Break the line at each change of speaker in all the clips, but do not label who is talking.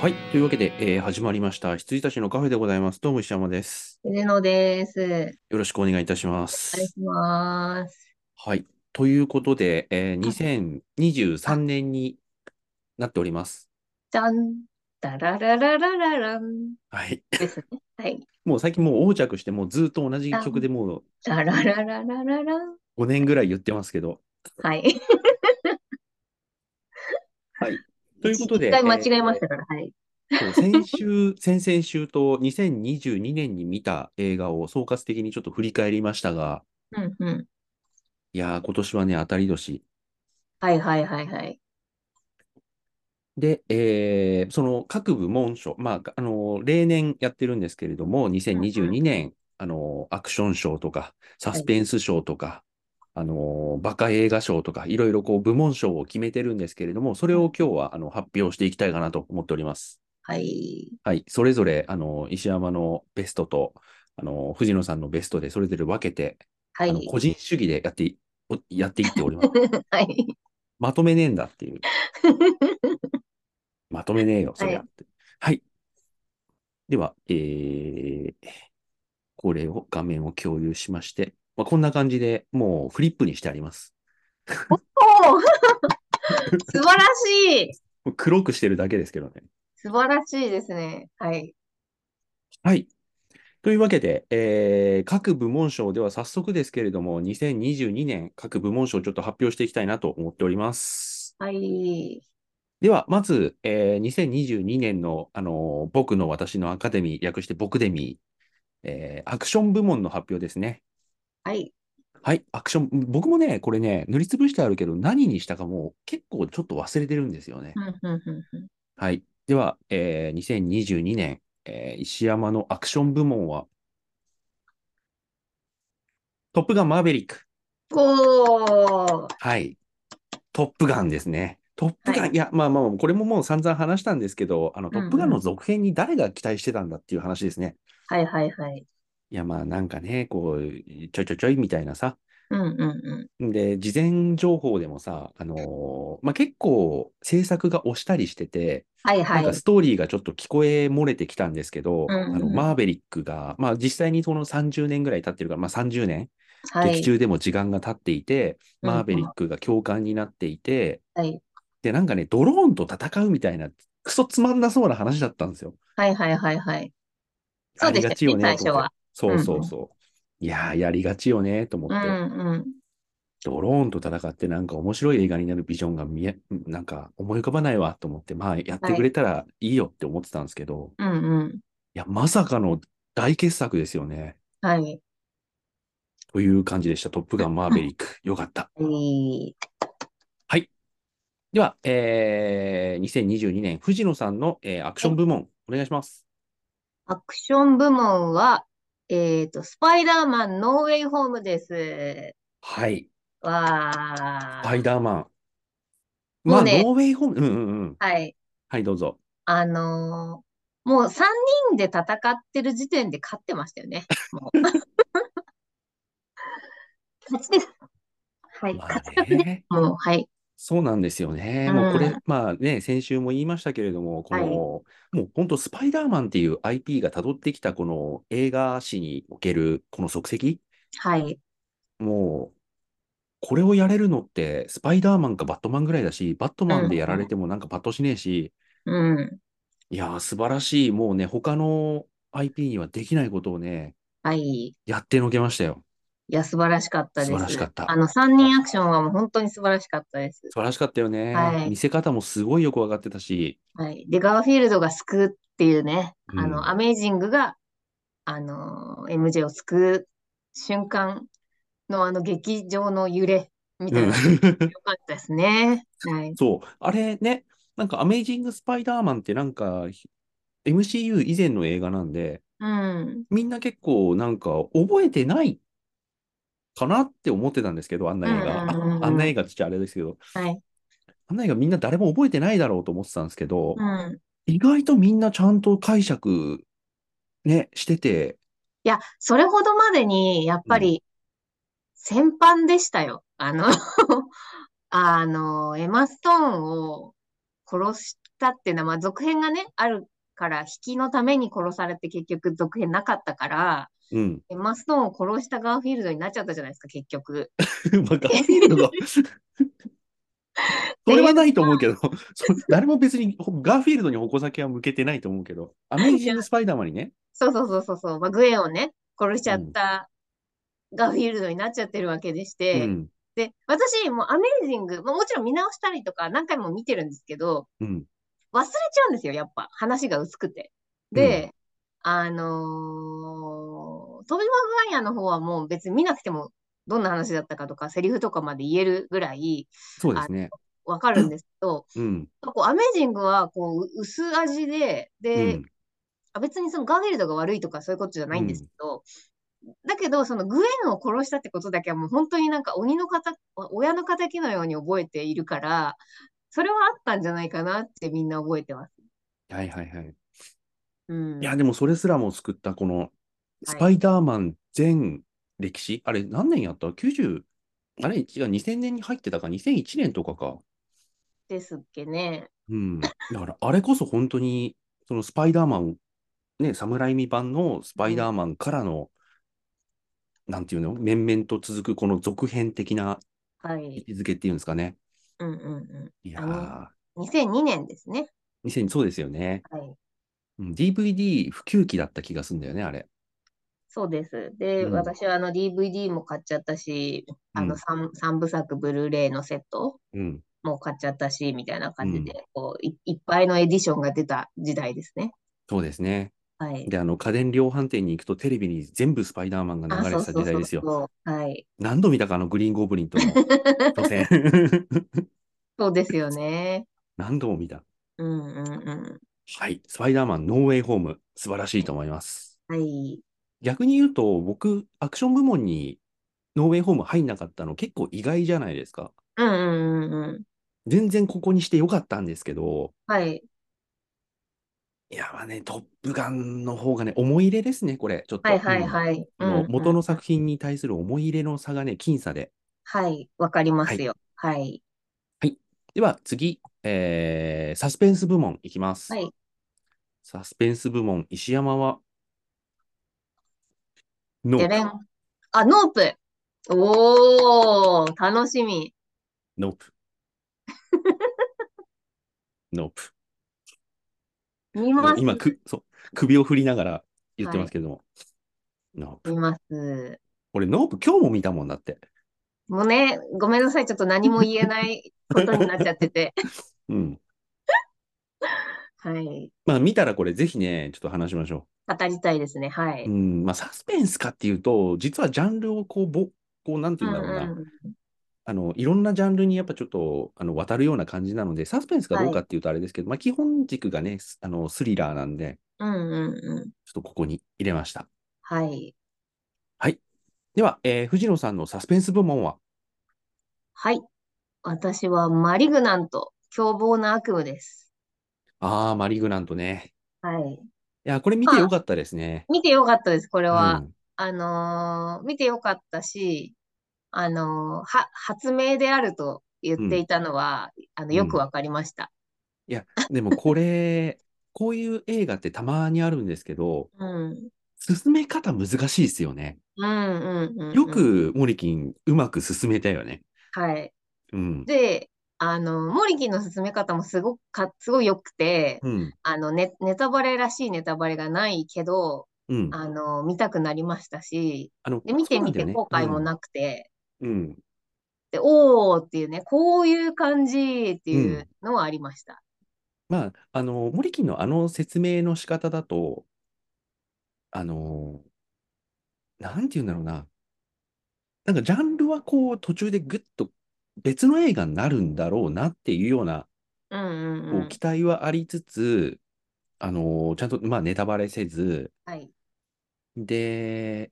はい。というわけで、えー始まりました。羊たちのカフェでございます。どうも石山です。
藤野です。お願
よろしくお願いいたしま
い
す。
します。
はい。ということで、えー2023年になっております。
じゃん。ダララララララン
はい。
ですね。はい。
もう最近もう横着して、もうずっと同じ曲でも
ダララララララン。
う5年ぐらい言ってますけど。
はい。
ということで、
一回間違えましたから。はい。
えーそう先週、 先々週と2022年に見た映画を総括的にちょっと振り返りましたが、
うんうん。
いやー、今年はね、当たり年。
はいはいはいはい。
で、えーその各部門賞、まあ、あの、例年やってるんですけれども、2022年、あの、アクション賞とか、サスペンス賞とか、あの、バカ映画賞とか、いろいろこう、部門賞を決めてるんですけれども、それを今日は、あの、発表していきたいかなと思っております。
はい。
はい。それぞれ、あの、石山のベストと、あの、藤野さんのベストで、それぞれ分けて、
は
あ
い。
の個人主義でやってい、おやっていっております。
はい。
まとめねえんだっていう。まとめねえよ、そりゃ
は
って。はい。では、えー、これを画面を共有しまして、まあ、こんな感じでもうフリップにしてあります。
おお 素晴らしい
もう黒くしてるだけですけどね。
素晴らしいですね。はい。
はい。というわけで、えー各部門賞では早速ですけれども、2022年各部門賞をちょっと発表していきたいなと思っております。
はい。
では、まず、えー2022年の、あのー僕の私のアカデミー、略して僕デミー、えーアクション部門の発表ですね。
はい。
はい、アクション、僕もね、これね、塗りつぶしてあるけど、何にしたかもう結構ちょっと忘れてるんですよね
う。んうんうんうん
はい。では、えー2022年、えー石山のアクション部門は、トップガンマーベリック。
おー。
はい。トップガンですね。トップガン、、
はい
や、まあまあ、これももう散々話したんですけど、あの、トップガンの続編に誰が期待してたんだっていう話ですね。
はいはいはい。
いや、まあなんかね、こう、ちょいちょいちょいみたいなさ。
うんうんうん。
で、事前情報でもさ、あのーまあ結構制作が押したりしてて、
はい
な
は
ん
い。
かストーリーがちょっと聞こえ漏れてきたんですけど、
うんうん
あの、マーベリックが、まあ実際にその30年ぐらい経ってるから、まあ30年、
はい。
劇中でも時間が経っていて、
うん
マーベリックが共感になっていて、
はい。
で、なんかね、ドローンと戦うみたいな、クソつまんなそうな話だったんですよ。
はいはいはいはい。そ
あ
うで
り
した
が
ね
ちよね、
最
と
初
思っ
は
て。そうそうそう。いやー、やりがちよね、と思
う
っ
ん
て。
うん。
ドローンと戦ってなんか面白い映画になるビジョンが見え、なんか思い浮かばないわ、と思って、まあ、やってくれたらいいよって思ってたんですけど、い、
うんうん。
や、まさかの大傑作ですよね。
はい。
という感じでした。トップガンマーベリック。よかった。
はい
では、えー、2022年、藤野さんの、えーアクション部門、お願いします。
アクション部門は、えっと、スパイダーマンノーウェイホームです。
はい。
わ
ス
ー。
パイダーマン。
も
まあ、
うね
ノーウェイホーム。うんうんうん。
はい。
はい、どうぞ。
あのーもう3人で戦ってる時点で勝ってましたよね。もう 勝ちです。はい。
ま
勝ち
あ
確で
ね、
もう、はい。
そうなんですよね。
うん
もうこれ、まあね、先週も言いましたけれども、この、
はい
もう本当、スパイダーマンっていう IP が辿ってきたこの映画史におけるこの足跡、
はい。
もう、これをやれるのって、スパイダーマンかバットマンぐらいだし、バットマンでやられてもなんかパッとしねえし、
うん。
いやー、素晴らしい、もうね、他の IP にはできないことをね、
はい。
やってのけましたよ。
いや、素晴らしかった
素晴ら
です。
しかった
あの、3人アクションはもう本当に素晴らしかったです。
素晴らしかったよね。
はい
見せ方もすごいよくわかってたし、
はい。で、ガーフィールドが救うっていうね、あ
うん
の、アメイジングが、あの、MJ を救う瞬間のあの劇場の揺れみたいなのが良
うん
かったですね。はい。
そう、あれね、なんかアメイジング・スパイダーマンってなんか、ひ MCU 以前の映画なんで、
うん。
みんな結構なんか覚えてないかなって思ってたんですけど、あんな映画。
うんうんうんうん
ああんな映画って言っちゃあれですけど、
はい。
あんな映画みんな誰も覚えてないだろうと思ってたんですけど、
うん。い
意外とみんなちゃんと解釈、ね、してて、
や、それほどまでに、やっぱり、先般でしたよ。 あの、あの、エマ・ストーンを殺し、ったっていうのは、まあ、続編がね、あるから、引きのために殺されて結局続編なかったから、
うん。
エマ・ストーンを殺したガーフィールドになっちゃったじゃないですか、結 局。
まあ、ガーフィール ドが。それはないと思うけど、そ誰も別にガーフィールドに矛先は向けてないと思うけど、アメイジング・スパイダーマンにね、
そうそうそうそうそう、まあ、グエをね、殺しちゃったガーフィールドになっちゃってるわけでし
う
て、
ん、
で、私、もうアメイジング、まあもちろん見直したりとか何回も見てるんですけど、
うん、
忘れちゃうんですよ、やっぱ。話が薄くて。で、あのー、トビ・マグワイアの方はもう別に見なくてもどんな話だったかとか、セリフとかまで言えるぐらい
そうですね。
わかるんですけ ど、
うん、
こうアメージングはこう薄味で、
う
で、
ん、
あ別にそのガーフィールドが悪いとかそういうことじゃないんですけど、だけど、そのグエンを殺したってことだけはもう本当になんか鬼のか親の敵のように覚えているから、それはあったんじゃないかなってみんな覚えてます。
はいはいはい。
うん
いや、でもそれすらも救った、この、スパイダーマン全歴史、あれ、何年やった ?90、あれ、違う、2000年に入ってたか、2001年とかか。
ですっけね。
うん。だから、あれこそ本当に、そのスパイダーマン、ね、サムライミ版のスパイダーマンからの、なんていうの、面々と続くこの続編的な
はい。
位置づけっていうんですかね。
うんうん
いや
あ
ー、
うん。2002年ですね。
2000、そうですよね。
はい。
うん DVD 普及期だった気がするんだよね、あれ。
そうです。で、
うん
私はあの DVD も買っちゃったし、あ
う
の
ん
3, 三部作ブルーレイのセット
うん。
も買っちゃったし、みたいな感じ
う
で、こうい、いっぱいのエディションが出た時代ですね。
そうですね。
はい。
で、あの、家電量販店に行くとテレビに全部スパイダーマンが
あ、
流れ
そう
てた
そう
時代
そう
ですよ。
そう。はい。
何度見たか、あの、グリーンゴブリ ンとの初戦。
そうですよね。
何度も見た。
うんうん
はい。スパイダーマン、ノーウェイホーム、素晴らしいと思います。
うん。はい。
逆に言うと、僕、アクション部門にノーウェイホーム入んなかったの結構意外じゃないですか。
うんうんうんうん。
全然ここにしてよかったんですけど、
はい。
いや、まあね、トップガンの方がね、思い入れですね、これ。ちょっと。
はいはい
うん
はい。
あの
うんうん
元の作品に対する思い入れの差がね、僅差で。
はい。わかりますよ。はい。
では次、えーサスペンス部門いきます。
はい。
サスペンス部門、石山は、ノ
で
ー
れん。あ、ノープ。おー、楽しみ。
ノー プ。ノープ。
見ます。
今くそう、首を振りながら言ってますけども。ノープ。
見ます。
俺、ノープ今日も見たもんだって。
もうね、ごめんなさい。ちょっと何も言え ないことになっちゃってて。
うん。
はい。
まあ見たらこれぜひね、ちょっと話しましょ
語りたいですね。
う。
は
う
い。
ん、まあサスペンスかっていうと、実はジャンルをこう、ぼこう、なんて
う
言
ん
うんだろうな。
うん。
あの、いろんなジャンルにやっぱちょっと、あの、渡るような感じなので、サスペンスかどうかっていうとあれですけど、まあ基本軸がね、すあの、スリラーなんで、
うんうんうん。
ちょっとここに入れました。
はい。
では、えー藤野さんのサスペンス部門は、
はい。私はマリグナント、凶暴な悪夢です。
あー、マリグナントね。
はい。
いや、これ見てよかったですね。
見てよかったです、これ
う
は。
ん、
あのー見てよかったし、あのーは、発明であると言っていたのは、あの、よくわかりました。
いや、でもこれ、 こういう映画ってたまにあるんですけど、
うん。
進め方難しいですよね。
うんうんうんうん
よくモリキンうまく進めたよね。
はい。
うん。
で、あの、モリキンの進め方もすごくか、すごい良くて、
うん。
あの、ネ、ネタバレらしいネタバレがないけど、
うん。
あの、見たくなりましたし、
あの、
で、見て
そうな
み
んだ
て
よね
後悔も
うん
なくて、
うん。
で、おーっていうね、こういう感じっていううのはありました。
まあ、あの、モリキンのあの説明の仕方だと、あの、なんて言うんだろうな。なんかジャンルはこう途中でぐっと別の映画になるんだろうなっていうような
うんうん
こ
う。
うん期待はありつつ、あの、ちゃんと、まあ、ネタバレせず、
はい。
で、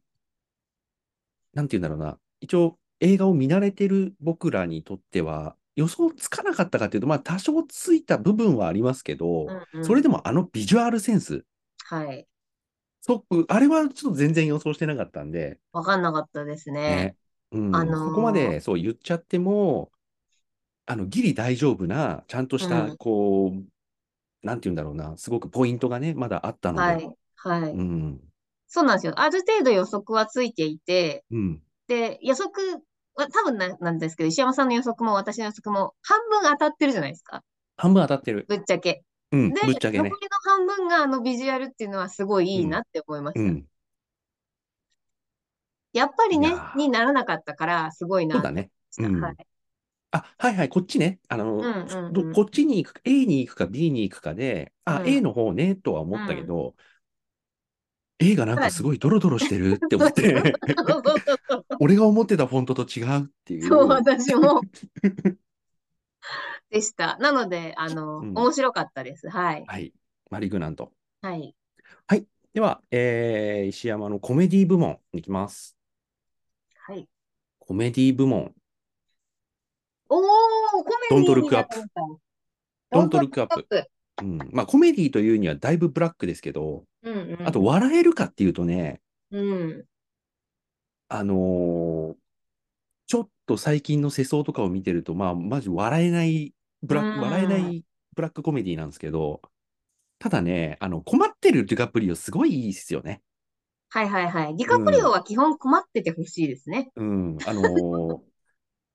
なんて言うんだろうな。一応映画を見慣れてる僕らにとっては、予想つかなかったかっていうと、まあ多少ついた部分はありますけど、
うんうん
それでもあのビジュアルセンス、
はい。
そう、あれはちょっと全然予想してなかったんで、
わかんなかったですね。
ね。うん、
あのー
そこまでそう言っちゃっても、あの、ギリ大丈夫な、ちゃんとした、
うん
こう、なんて言うんだろうな、すごくポイントがね、まだあったので。
はい。はい。
うん。
そうなんですよ。ある程度予測はついていて、
うん。
で、予測は多分な、なんですけど、石山さんの予測も私の予測も半分当たってるじゃないですか。
半分当たってる。
ぶっちゃけ。
うん。
で、
ぶっちゃけね
残。りの半分があのビジュアルっていうのはすごいいいなって思いました。
うん。
やっぱり
い
ね
や、ー
にならなかったから、すごい
そ
な
うだ
って
ね。
思いました。
うん
はい。
あ、はいはい、こっちね。あの、
うんうんうん
どこっちに行く、A に行くか B に行くかで、あ、
うん
A の方ね、とは思ったけど、A がなんかすごいドロドロしてるって思って、
そうそうそうそう。
俺が思ってたフォントと違うっていう。
そう、私 も。でした。なので、あの、
うん
面白かったです。はい。
はい。マリグナント。
はい。
では、えー、石山のコメディ部門いきます。
はい。
コメディ部門。
おー、コメディ
Don't
に
Look
な
Up
った。
Don't
Don't
Look Up
Look Up
うん。まあ、コメディというにはだいぶブラックですけど、
うんうん。
あと、笑えるかっていうとね、
うん。
あのーちょっと最近の世相とかを見てると、まあ、マジ笑えない、ブラック、
うん
笑えないブラックコメディなんですけど、ただね、あの、困ってるデュカプリオすごいいいっすよね。
はいはいはい。ディカプリオは基本困っててほしいですね。
うん。あの ー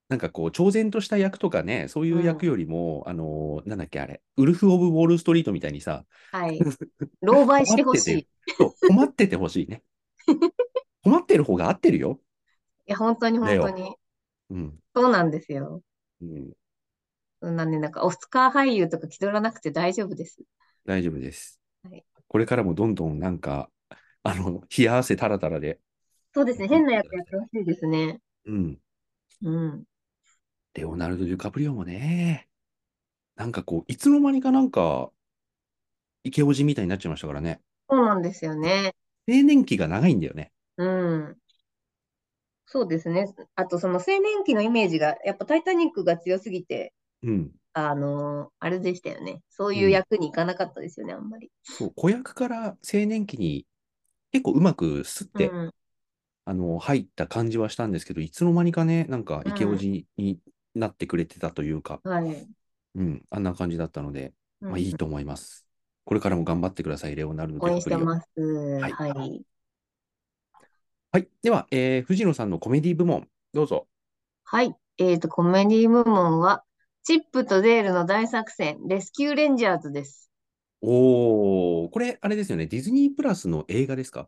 なんかこう、超然とした役とかね、そういう役よりも、あのーなんだっけあれ、ウルフ・オブ・ウォール・ストリートみたいにさ、
はい。狼狽してほしい。い
そう困っててほしいね。困ってる方が合ってるよ。
や、本当に本
だよ
当に。
うん。
そうなんですよ。
うん、
そんなんで、なんか、オスカー俳優とか気取らなくて大丈夫です。
大丈夫です
はい。
これからもどんどんなんか、あの、冷や汗たらたらで、
そうですね。変なやつやってほしいですね。
うん。
うん。
レオナルド・デュカプリオもね、なんかこう、いつの間にかなんか、イケオジみたいになっちゃいましたからね。
そうなんですよね。
青年期が長いんだよね。
うん。そうですね。あと、その青年期のイメージが、やっぱタイタニックが強すぎて、
うん。
あのーあれでしたよね。そういう役に行かなかったですよね、あんまり。
そう、子役から青年期に結構うまくすって、
うん。
あの、入った感じはしたんですけど、いつの間にかね、なんかイケオジになってくれてたというか、
はい。
うん、あんな感じだったので、まあいい
うん
と思います。これからも頑張ってください、レオナルド・
応
デ
援
ュ
し
カプ
て
リオ。
ます。
はい
はい。
はい。では、えー藤野さんのコメディ部門、どうぞ。
はい。えっと、コメディ部門は、チップとデールの大作戦、レスキューレンジャーズです。
おー、これ、あれですよね。ディズニープラスの映画ですか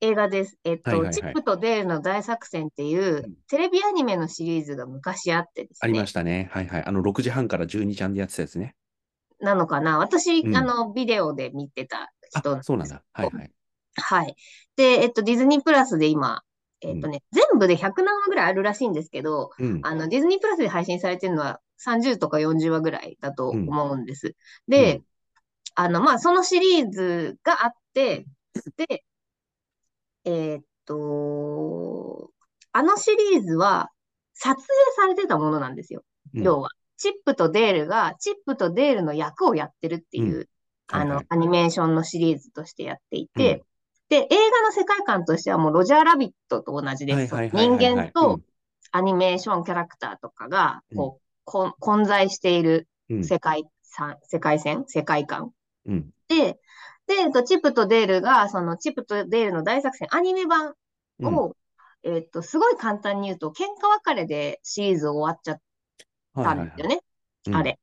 映画です。えっ
はいはい
と、
はい
チップとデールの大作戦っていう
うん
テレビアニメのシリーズが昔あってです
ありま
ね。
したね。はいはい。あの、6時半から12時半でやってたやつね。
なのかな私
う、ん
あの、ビデオで見てた
あ
人、
そうなんだ。はいはい。
はい。で、えっと、ディズニープラスで今、えっとね、全部で100何話ぐらいあるらしいんですけど、
うん。
あの、ディズニープラスで配信されてるのは30とか40話ぐらいだと
うん
思うんです。
う
で、あの、まあ、そのシリーズがあって、で、えーっと、あのシリーズは撮影されてたものなんですよ。
うん
要は、チップとデールが、チップとデールの役をやってるっていう、
う
あ
はい
の
はい、
アニメーションのシリーズとしてやっていて、で、映画の世界観としてはもうロジャーラビットと同じで
はい
す。そ
は
の
いはいはい
人
はい
間と、アニメーションキャラクターとかが、こう、こん混在している
うん
世界さ、世界線、世界観
うんうん
で、で、えっとチップとデールが、そのチップとデールの大作戦、アニメ版
うん
を、えっと、すごい簡単に言うと、喧嘩別れでシリーズ終わっちゃっ
は
た
いはい
ん
は
です
い
よね、
うん
あれ。っ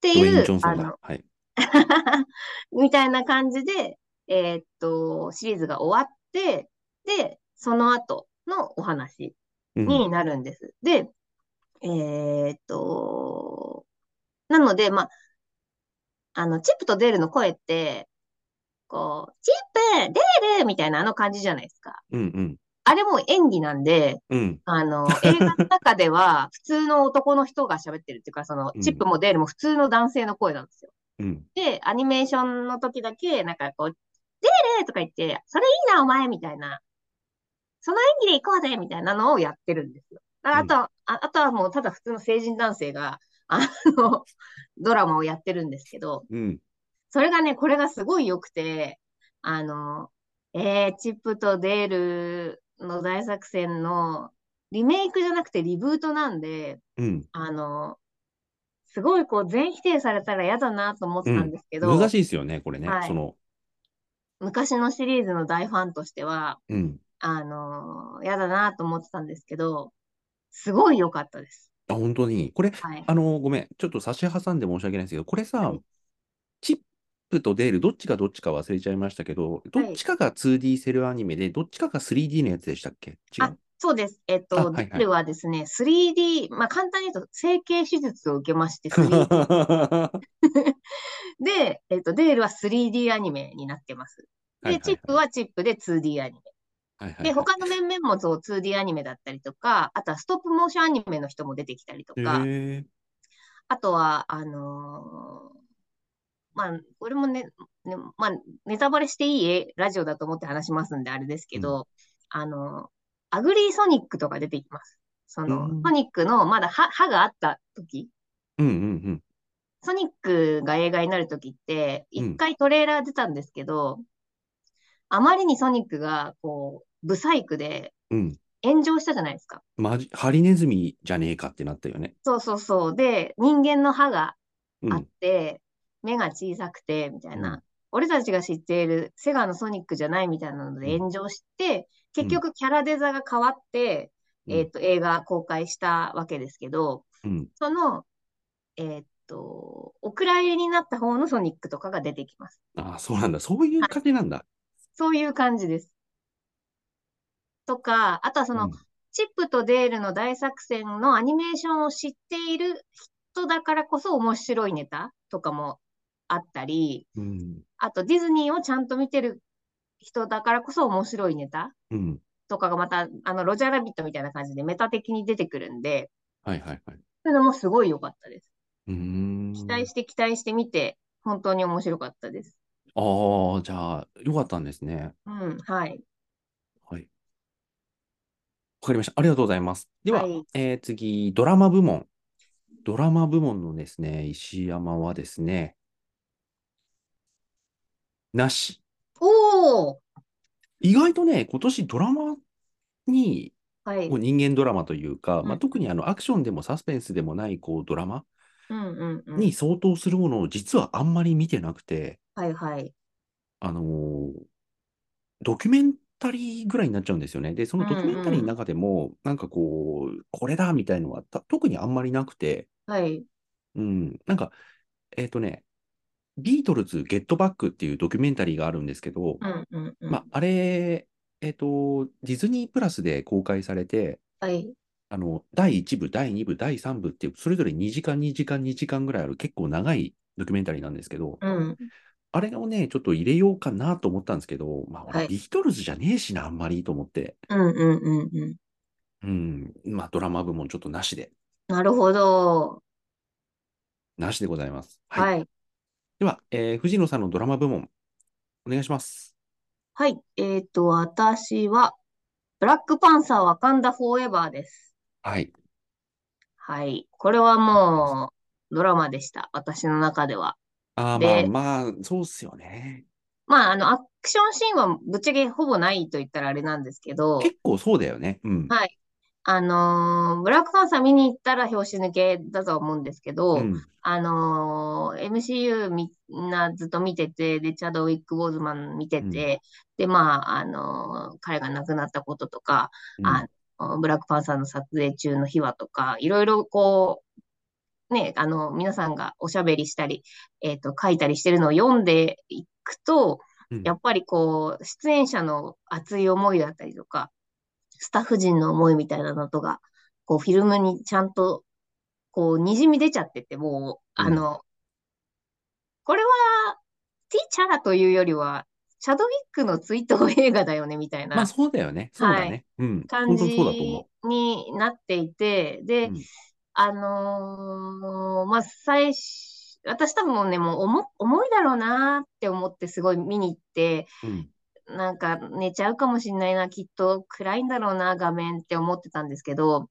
て
ドウェイン
いう、
ジョンソ
あ
ンだ
の、
はい。
みたいな感じで、えっと、シリーズが終わって、で、その後のお話。
うん
になるんです。で、えーっと、なので、まあ、あの、チップとデールの声って、こう、チップ、デールみたいなあの感じじゃないですか。
うんうん
あれもう演技なんで、
うん
あの、映画の中では普通の男の人が喋ってるっていうか、その
うん、
チップもデールも普通の男性の声なんですよ。
うん
で、アニメーションの時だけ、なんかこう、デーレーとか言って、それいいな、お前みたいな。その演技で行こうぜみたいなのをやってるんですよ。だからあとは、ああとはもうただ普通の成人男性が、あの、ドラマをやってるんですけど、
うん
それがね、これがすごい良くて、あの、えー、チップとデールの大作戦のリメイクじゃなくてリブートなんで、
うん
あの、すごいこう全否定されたら嫌だなと思ったんですけど、
難しいですよね、これね。
はい
その、
昔のシリーズの大ファンとしては、
うん。
あのー嫌だなと思ってたんですけど、すごい良かったです。
あ、本当に。これ、
はい。
あの、ごめん。ちょっと差し挟んで申し訳ないんですけど、これさ
はい、
チップとデール、どっちがどっちか忘れちゃいましたけど、どっちかが 2D セルアニメで、どっちかが 3D のやつでしたっけ違
あ
う。
そうです。えっ
あ
と、
はいはい
デールはですね、3D、まあ簡単に言うと、整形手術を受け まして、3D で、えっと、デールは 3D アニメになってます。で、チップ
は
はチップで 2D アニ
いはいはい、
メ。で、他の面々もそう 2D アニメだったりとか、あとはストップモーションアニメの人も出てきたりとか、
へー
あとは、あのーまあ、これもね、ね、まあ、ネタバレしていいラジオだと思って話しますんで、あれですけど、あのーアグリーソニックとか出てきます。その、
うん
ソニックのまだ歯、歯があった時、
うんうん
ソニックが映画になる時って、
うん
一回トレーラー出たんですけど、あまりにソニックが、こう、ブサイクで
うん。うん。
炎上したじゃないですか。
マジ、ハリネズミじゃねえかってなったよね。
そうそうそう。で、人間の歯が
う
あっ
ん。
て、目が小さくて、みたい
うん
な。俺たちが知っているセガのソニックじゃないみたいなので
うん
炎上して、
うん
結局キャラデザが変わって、
うん
えっと、映画公開したわけですけど、
うん。
その、えっと、お蔵入りになった方のソニックとかが出てきます。
ああ、そうなんだ。そういう感じなんだ。
そういう感じです。とか、あとはそ
う
の、
ん
チップとデールの大作戦のアニメーションを知っている人だからこそ面白いネタとかもあったり、
うん。
あとディズニーをちゃんと見てる人だからこそ面白いネタ
うん。
とかがまた、あの、ロジャーラビットみたいな感じでメタ的に出てくるんで、
はいはいはい。
そういうのもすごい良かったです。
うーん。
期待して期待してみて、本当に面白かったです。
ああ、じゃあ、よかったんですね。
うん、はい。
はい。わかりました。ありがとうございます。では、
はい
えー次、ドラマ部門。ドラマ部門のですね、石山はですね、なし。
おー
意外とね、今年ドラマに、
はい。
こう人間ドラマというか、ま
う
あ、
ん
特にあのアクションでもサスペンスでもないこうドラマ
うんうんうん。
に相当するものを実はあんまり見てなくて、
はいはい。
あのードキュメンタリーぐらいになっちゃうんですよね。で、そのドキュメンタリーの中でも、なんかこう、これだみたいのはた特にあんまりなくて、
はい。
うん、なんか、えっ、とね、ビートルズ・ゲットバックっていうドキュメンタリーがあるんですけど、
うんうんうん。
まあ、あれ、えっ、と、ディズニープラスで公開されて、
はい。
あの、第1部、第2部、第3部っていう、それぞれ2時間、2時間、2時間ぐらいある結構長いドキュメンタリーなんですけど、
うん。
あれをね、ちょっと入れようかなと思ったんですけど、まあ、俺
はい
ビートルズじゃねえしな、あんまりと思って、
うんうんうんうん。
うん、まあ、ドラマ部門ちょっとなしで、
なるほど。
なしでございます。はい。
はい。
では、えー藤野さんのドラマ部門、お願いします。
はい。えっと、私は、ブラックパンサーワカンダフォーエバーです。
はい。
はい。これはもう、ドラマでした。私の中では。
ああ、まあ
で
まあ、そうっすよね。
まあ、あの、アクションシーンはぶっちゃけほぼないと言ったらあれなんですけど、
結構そうだよね。うん。
はい。あのーブラックパンサー見に行ったら拍子抜けだとは思うんですけど、
うん。
あのー MCU みんなずっと見てて、で、チャドウィック・ボーズマン見てて、で、まあ、あのー彼が亡くなったこととか、
うん
あのブラックパンサーの撮影中の秘話とか、いろいろこう、ね、あの、皆さんがおしゃべりしたり、えっと、書いたりしてるのを読んでいくと
うん、
やっぱりこう、出演者の熱い思いだったりとか、スタッフ陣の思いみたいなのとか、こう、フィルムにちゃんと、こう、にじみ出ちゃってて、もう、
うん
あの、これは、ティーチャラというよりは、シャドウィックの追悼映画だよね、みたいな。
まあ、そうだよね。そうだね。うん。
感
本当
じ
にそうだと思
になっていて、で、
うん
あのーまあ、最初、私多分もうね、もう重、重いだろうなって思ってすごい見に行って、
う。うん。
なんか寝ちゃうかもしんないな、きっと暗いんだろうな、画面って思ってたんですけど、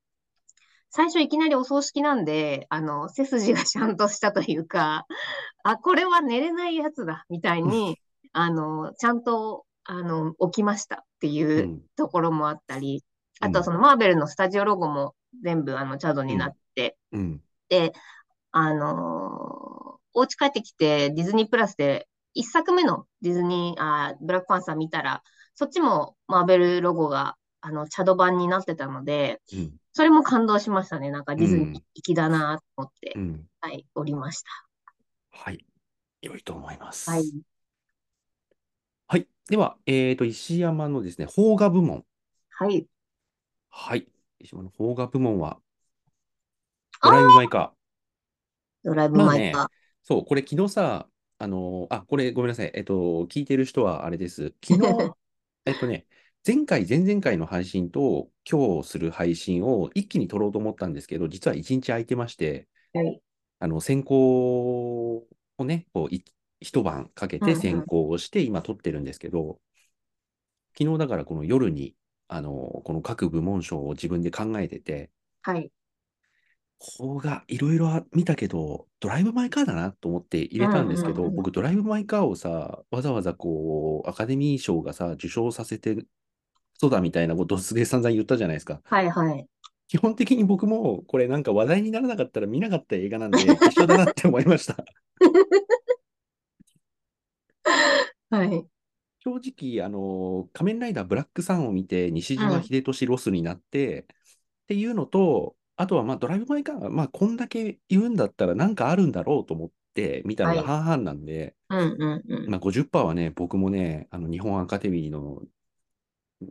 最初いきなりお葬式なんで、あの、背筋がちゃんとしたというか、あ、これは寝れないやつだ、みたいに、あの、ちゃんと、あの、起きましたっていうう、
ん。
ところもあったり、
うん
あとはそのマーベルのスタジオロゴも全部あのチャドになって、
うん。
で、あのーお家帰ってきてディズニープラスで一作目のディズニー、あー、ブラックパンサー見たら、そっちもマーベルロゴが、あの、チャド版になってたので、
うん
それも感動しましたね。なんかディズニー
うん
行きだなと思って、
うん。
はい、おりまし
はい。良いと思います。
た。はい。
はいでは、えっと、石山のですね、邦画部門。
はい。
はい。石山の邦画部門は、
あー
ドライブ・マイ・カー。
ドライブ
まあ
マイ
ね
カー。
そう、これ昨日さ、あのーあ、これごめんなさい。えっと、聞いてる人はあれです。昨 日、えっとね、前回、前々回の配信と今日する配信を一気に撮ろうと思ったんですけど、実は一日空いてまして、
はい。
あの、選考をね、こう、い一晩かけ
うんう
て
ん
選考をして今撮ってるんですけど、昨日だからこの夜に、あのーこの各部門賞を自分で考えてて、
はい。
方がいろいろ見たけど、ドライブ・マイ・カーだなと思って入れたんですけ
うん
ど、
うんうん
僕、ドライブ・マイ・カーをさ、わざわざこう、アカデミー賞がさ、受賞させて、そうだみたいなことをすげえ散々言ったじゃないですか。
はい。はい。
基本的に僕も、これなんか話題にならなかったら見なかった映画なん で、一緒だなって思いました。
はい。
正直、あの、仮面ライダーブラックさんを見て、西島秀俊ロスになって、っていうのと、あとは、まあ、ドライブ・マイ・カー、まあ、こんだけ言うんだったら、なんかあるんだろうと思って、見たのが
はい
半々なんで、
うんうんうん。
まあ、50%はね、僕もね、あの、日本アカデミーの、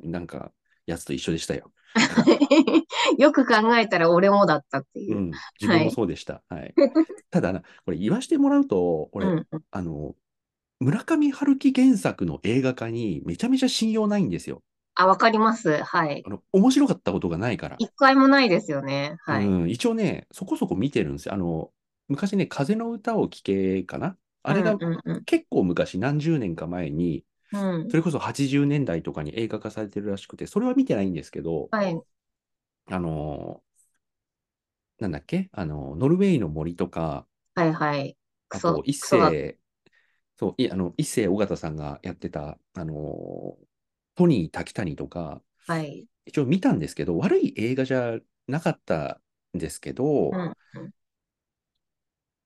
なんか、やつと一緒でしたよ。
よく考えたら俺もだったっていうう。
ん、自分もそうでした。 はい。ただな、これ言わしてもらうと、
う
俺、
んうん
あの、村上春樹原作の映画化にめちゃめちゃ信用ないんですよ。
あ、わかります。はい。
あの、面白かったことがないから。
一回もないですよね。はい。
うん、一応ね、そこそこ見てるんですよ。あの、昔ね、風の歌を聴けかなあれが
うんうん
結構昔、何十年か前に、
うん。うん
それこそ80年代とかに映画化されてるらしくて、それは見てないんですけど、
はい。
あのーなんだっけあの、ノルウェーの森とか、
はいはい。
あ
クソ、
と、一
クソだ。
世、そう、いあの、一世尾形さんがやってた、あのートニー・タキタニとか、
はい。
一応見たんですけど、悪い映画じゃなかったんですけど、
うん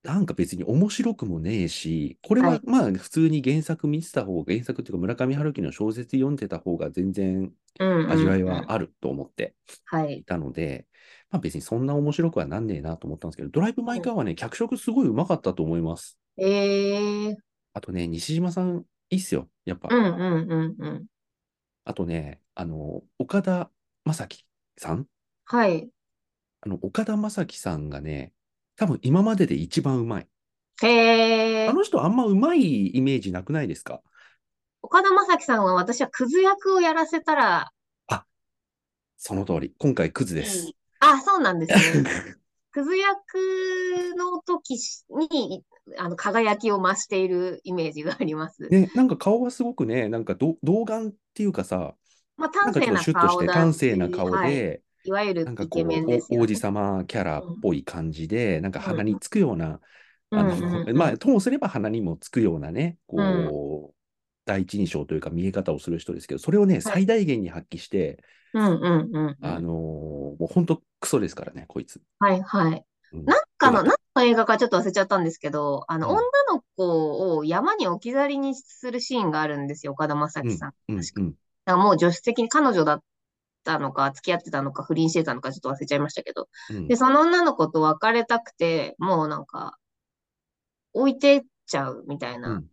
なんか別に面白くもねえし、これ
は
はいまあ普通に原作見てた方が、原作っていうか村上春樹の小説読んでた方が全然
うんうん。
味わいはあると思って
はい
い。たので、まあ別にそんな面白くはなんねえなと思ったんですけど、ドライブ・マイ・カーはね、脚色すごいうまかったと思います。
ええー。
あとね、西島さん、いいっすよ、やっぱ。
うんうんうんうん。
あとね、あの、岡田将生さん
はい。
あの、岡田将生さんがね、多分今までで一番うまい。
へえ
あ。の人あんまうまいイメージなくないですか
岡田将生さんは私はクズ役をやらせたら
その通り。今回クズ
い
です。
い。あ、そうなんで すね。クズ役の時に、あの、輝きを増しているイメージがあります。
ね、なんか顔はすごくね、なんかど童顔っていうかさ、
まあ、
なん
端
かちょっ
正
と
な
シュッとし
顔
て
だ
端正な顔
はい。
で、
いわゆる
なんか
イ
こ
ケメンです
う、お
よ
王
ね。
子様キャラっぽい感じで、なんか鼻につくような、
うん
あ
うん
の、
うん
まあ、ともすれば鼻にもつくようなね、
う
こう、第一印象というか見え方をする人ですけど、それをね、最大限に発揮して、
うんうんうんう
あ
ん。
のーもう本当クソですからね、こいつ。
はいはい。
うん
なんか
そ
の、
うだ
何の映画かちょっと忘れちゃったんですけど、あの、
うん
女の子を山に置き去りにするシーンがあるんですよ、岡田将生さん。
うん、
確か
うん。
だからもう助手席に彼女だったのか、付き合ってたのか、不倫してたのか、ちょっと忘れちゃいましたけど。
うん
で、その女の子と別れたくて、もうなんか、置いてっちゃうみたいな。
うん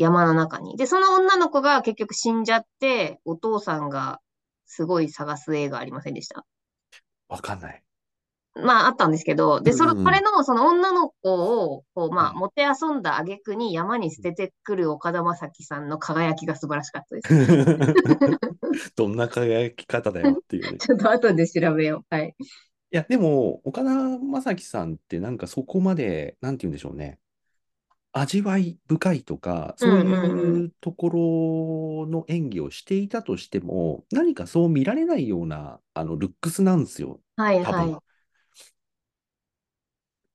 山の中に。で、その女の子が結局死んじゃって、お父さんがすごい探す映画ありませんでした。
わかんない。
まあ、あったんですけど、で、それ、
うんうん
それの、その女の子を、こう、まあ、
うん
もてあそんだ挙句に山に捨ててくる岡田将生さんの輝きが素晴らしかったです。
どんな輝き方だよっていうね。
ちょっと後で調べよう。はい。
いや、でも、岡田将生さんって、なんかそこまで、なんて言うんでしょうね。味わい深いとか、そう
うんうん
いううところの演技をしていたとしても、何かそう見られないような、あの、ルックスなんですよ。
はい、
多
はい
分。。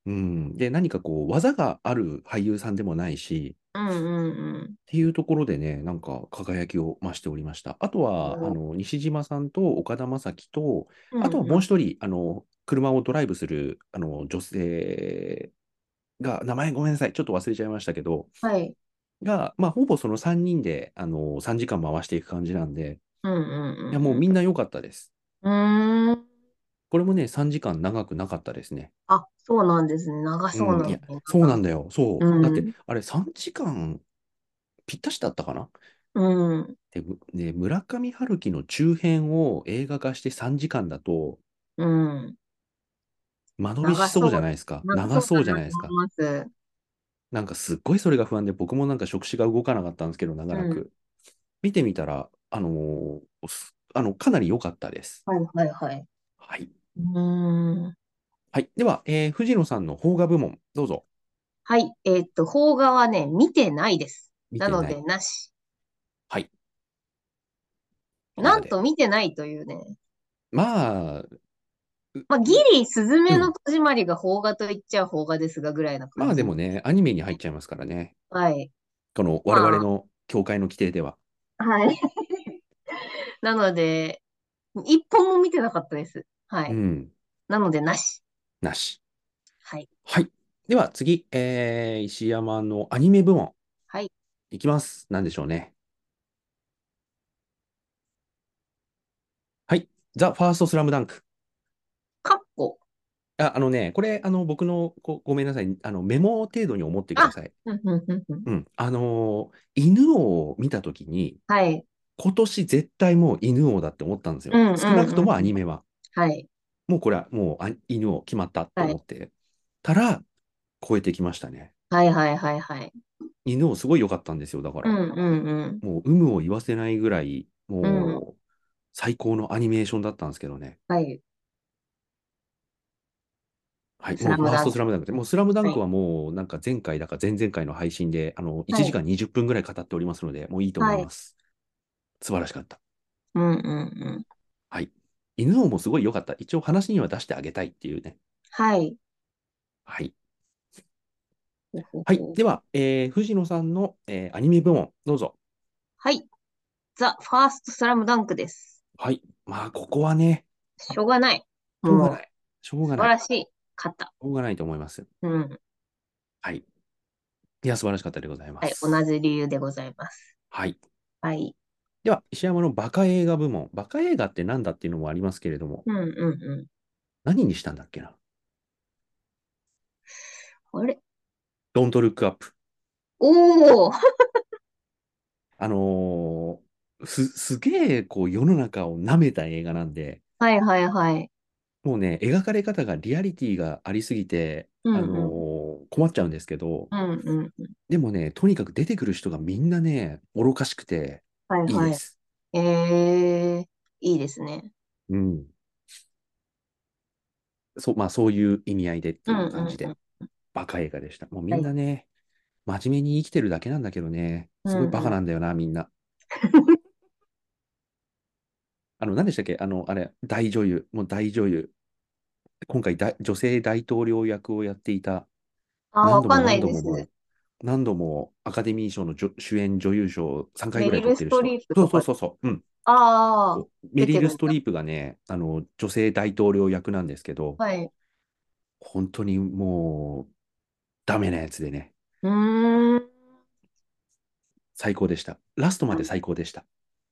うん。で、何かこう、技がある俳優さんでもないし、
うん、うん、うん。
っていうところでね、なんか輝きを増しておりました。あとは、
お
あの、西島さんと岡田将生と、
うん
あとはもう一人、あの、車をドライブする、あの、女性が、名前ごめんなさい、ちょっと忘れちゃいましたけど、
はい。
が、まあ、ほぼその3人で、あの、3時間回していく感じなんで、
うんうんうん。
いや、もうみんな良かったです。
うーん。
これもね、3時間長くなかったですね。
あ、そうなんですね。長そうなの
うんい
ね
やそうなんだよ。そう。
うん
だって、あれ、3時間ぴったしだったかな
うん。
で、むね村上春樹の中編を映画化して3時間だと、
うん。
間延びしそうじゃないですか。長そうじゃないですか。
長そうだなと思います。
なんかすっごいそれが不安で、僕もなんか触手が動かなかったんですけど、長らく。
う
見てみたら、あのーすあの、かなり良かったです。
はいはいはい。
はい。
うーん。
はい。では、えー藤野さんの邦画部門、どうぞ。
はい。えーっと、邦画はね、見てないです。
見て
な
ない。
ので、なし。
はい。
なんと見てないというね。
まあ、
まあ、ギリ、すずめの戸締まりが邦画と言っちゃ邦画ですが、ぐらいな
ま
感
あ
じ。
でもね、アニメに入っちゃいますからね。
はい。
この我々の協会の規定では。
はい。 なので、一本も見てなかったです。は
う
い。
ん。
なので、なし。
なし。
はい。
はい。では次、えー、石山のアニメ部門。
はい。
いきます。なんでしょうね。はい。ザ・ファースト・スラムダンク。
かっこ。
あ、あのね、これ、あの、僕のご、ごめんなさい。あの、メモ程度に思ってください。
うんうんうんうん
うん。あのー犬を見たときに、
はい。
今年絶対もう犬王だって思ったんですよ。
うんうんうん
少なくともアニメは。
はい。
もうこれはもうあ犬王決まったと思ってたら、超えてきましたね。
はいはいはいはい。
犬王すごい良かったんですよ。だか
う
ら、
んうんうん。
もう有無を言わせないぐらい、もう、
うん
最高のアニメーションだったんですけどね。
はい。
はい、
ス
もう
ラ
フ
ム
ァ
ダンク
ーストスラムダンクで、もうスラムダンクはもうなんか前回だか前々回の配信で、あの、1時間20分ぐらい語っておりますので、もういいと思います。素晴らしかった。
うんうんうん。
犬王もすごい良かった。一応話には出してあげたいっていうね。
はい。
はい。はい。では、えー藤野さんの、えーアニメ部門、どうぞ。
はい。ザ・ファースト・スラムダンクです。
はい。まあ、ここはね、
しょうがない。
しょう
も
が
う、
ない。しょうが
素晴
ない。
らしい。勝った。
しょうがないと思います。
うん。
はい。いや、素晴らしかったでございま
はい。
す。
同じ理由でございます。
はい。
はい。
では、石山のバカ映画部門。バカ映画って何だっていうのもありますけれども、
うんうん
何にしたんだっけな。
うん。あれ
Don't Look Up。
おー
あのーす、すげえ、こう、世の中を舐めた映画なんで、
はいはいはい。
もうね、描かれ方がリアリティがありすぎて、
う
あ
ん
の
うん。
ー困っちゃうんですけど、
うんうん。
でもね、とにかく出てくる人がみんなね、愚かしくて
はい
いい
は
で
い。
す。
えー、いいですね。
うん。そう、まあ、そういう意味合いでっていう感じ
うん
で
うん、
バカ映画でした。もうみんなね、真面目に生きてるだけなんだけどね、すごいバカなんだよな、みん な。あの、何でしたっけあの、あれ、大女優、もう大女優。今回大、女性大統領役をやっていた、
あ
何
ー、わ
度
か
も
んない
何度
です。
も、何度もアカデミー賞のじょ主演女優賞を3回ぐらい
メリル
取ってる人。
ストリープ
そう
と
そ
か
うそうそう。うん。
あ
こうメリ
出てる
ル・
んだ
ストリープがね、あの、女性大統領役なんですけど
あ、、はい。
本当にもう、ダメなやつでね、
うーん。
最高でした。ラストまで最高でした。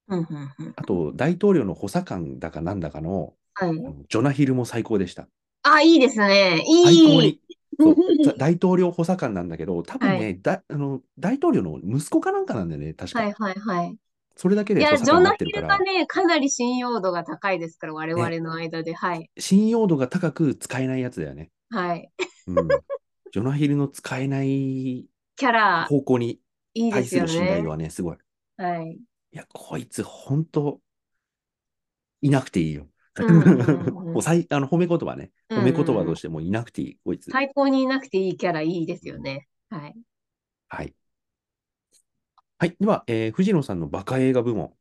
うんうんうん。
あと、大統領の補佐官だかなんだかの、
はい
あ。のジョナヒルも最高でした。
あ、いいですね。
最高
いい。
に。そうざ大統領補佐官なんだけど、多分ね、
は
だあの大統領の息子かなんかなんだよね、確か。
はいはいはい。
それだけ
い
で補
や、
佐
ジ
官
ョ
にな
ナ
って
ヒ
るか
ル
ら
が、ね、かなり信用度が高いですから、我々の間で。はい。
信用度が高く使えないやつだよね。
はい。
うん、ジョナヒルの使えない
キャラ、
方向に
いいで
対
す
す
よ
る信頼度
ね。
はね、すごい。
はい。
いや、こいつ、本当いなくていいよ。
うんうんうん
もうさいあの褒め言葉ね。
うん
褒
うんう
め
ん
言葉としてもういなくていい、こいつ。
最高にいなくていいキャラ、いいですよね。はい。
はい。はい。では、えー藤野さんのバカ映画部門、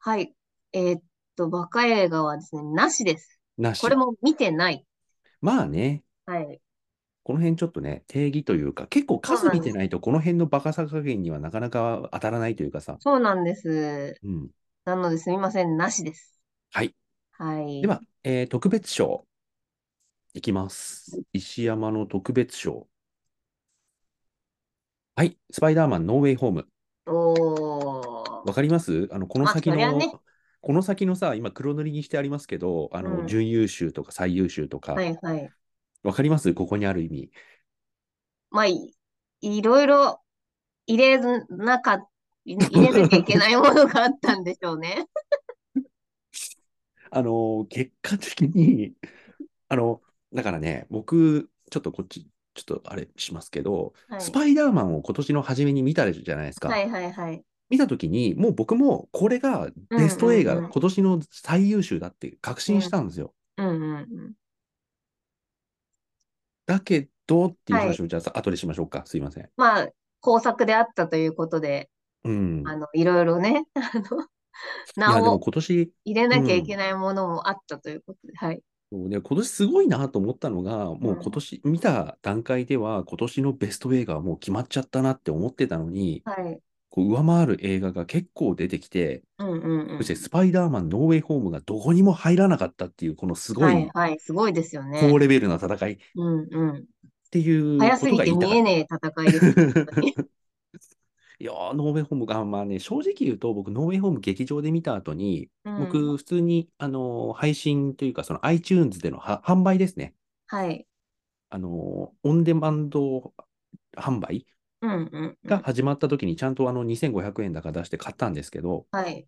はい。えーっと、バカ映画はですね、なしです。
なし。
これも見てない。
まあね、
はい。
この辺ちょっとね、定義というか、結構数見てないと、この辺のバカさ加減にはなかなか当たらないというかさ。
そうなんです。
うん。
なのですみません、なしです。
はい。
はい。
では、えー特別賞、いきます。石山の特別賞。はい、スパイダーマン、ノーウェイホーム。
お
わ
ー。
かりますあの、この
あ
先
そりゃ
の、
ね
この先のさ、今黒塗りにしてありますけど、あの、
うん
準優秀とか最優秀とか、
はいはい。
わかりますここにある意味。
まあ、い、いろいろ入れなかっ、入れなきゃいけないものがあったんでしょう ね。
あの、結果的に、あの、だからね、僕、ちょっとこっち、ちょっとあれしますけど、
はい。
スパイダーマンを今年の初めに見たじゃないですか。
はいはいはい。
見たときに、もう僕もこれがベスト映画だ、
うんうんうん
今年の最優秀だって確信したんですよ。
うんうんうん。
だけどっていう話をじゃあさ、後でしましょうか。すいません。
まあ、工作であったということで、
うん。
あの、いろいろね、 あの、
いや、
名
でも
を
今年、
入れなきゃいけないものもあったということで、はい。
そうね今年すごいなと思ったのが、もう今年、見た段階では、今年のベスト映画はもう決まっちゃったなって思ってたのに、
はい。
こう上回る映画が結構出てきて、
うんうんうん。
そしてスパイダーマン、ノーウェイホームがどこにも入らなかったっていう、このすご
はいいはい、すごいですよね。
高レベルな戦いっ
うんうん。
ていう
早す
こと
ぎ
が
て
言いたか
見
っ
え
た。
ねえ戦いですよ。本当 に
いやー、ノーウェイホームが、まあね、正直言うと、僕、ノーウェイホーム劇場で見た後に、
うん
僕、普通に、あのー配信というか、その iTunes でのは販売ですね。
はい。
あのーオンデマンド販売
うんうんうん。
が始まった時に、ちゃんとあの、2500円だから出して買ったんですけど、
はい。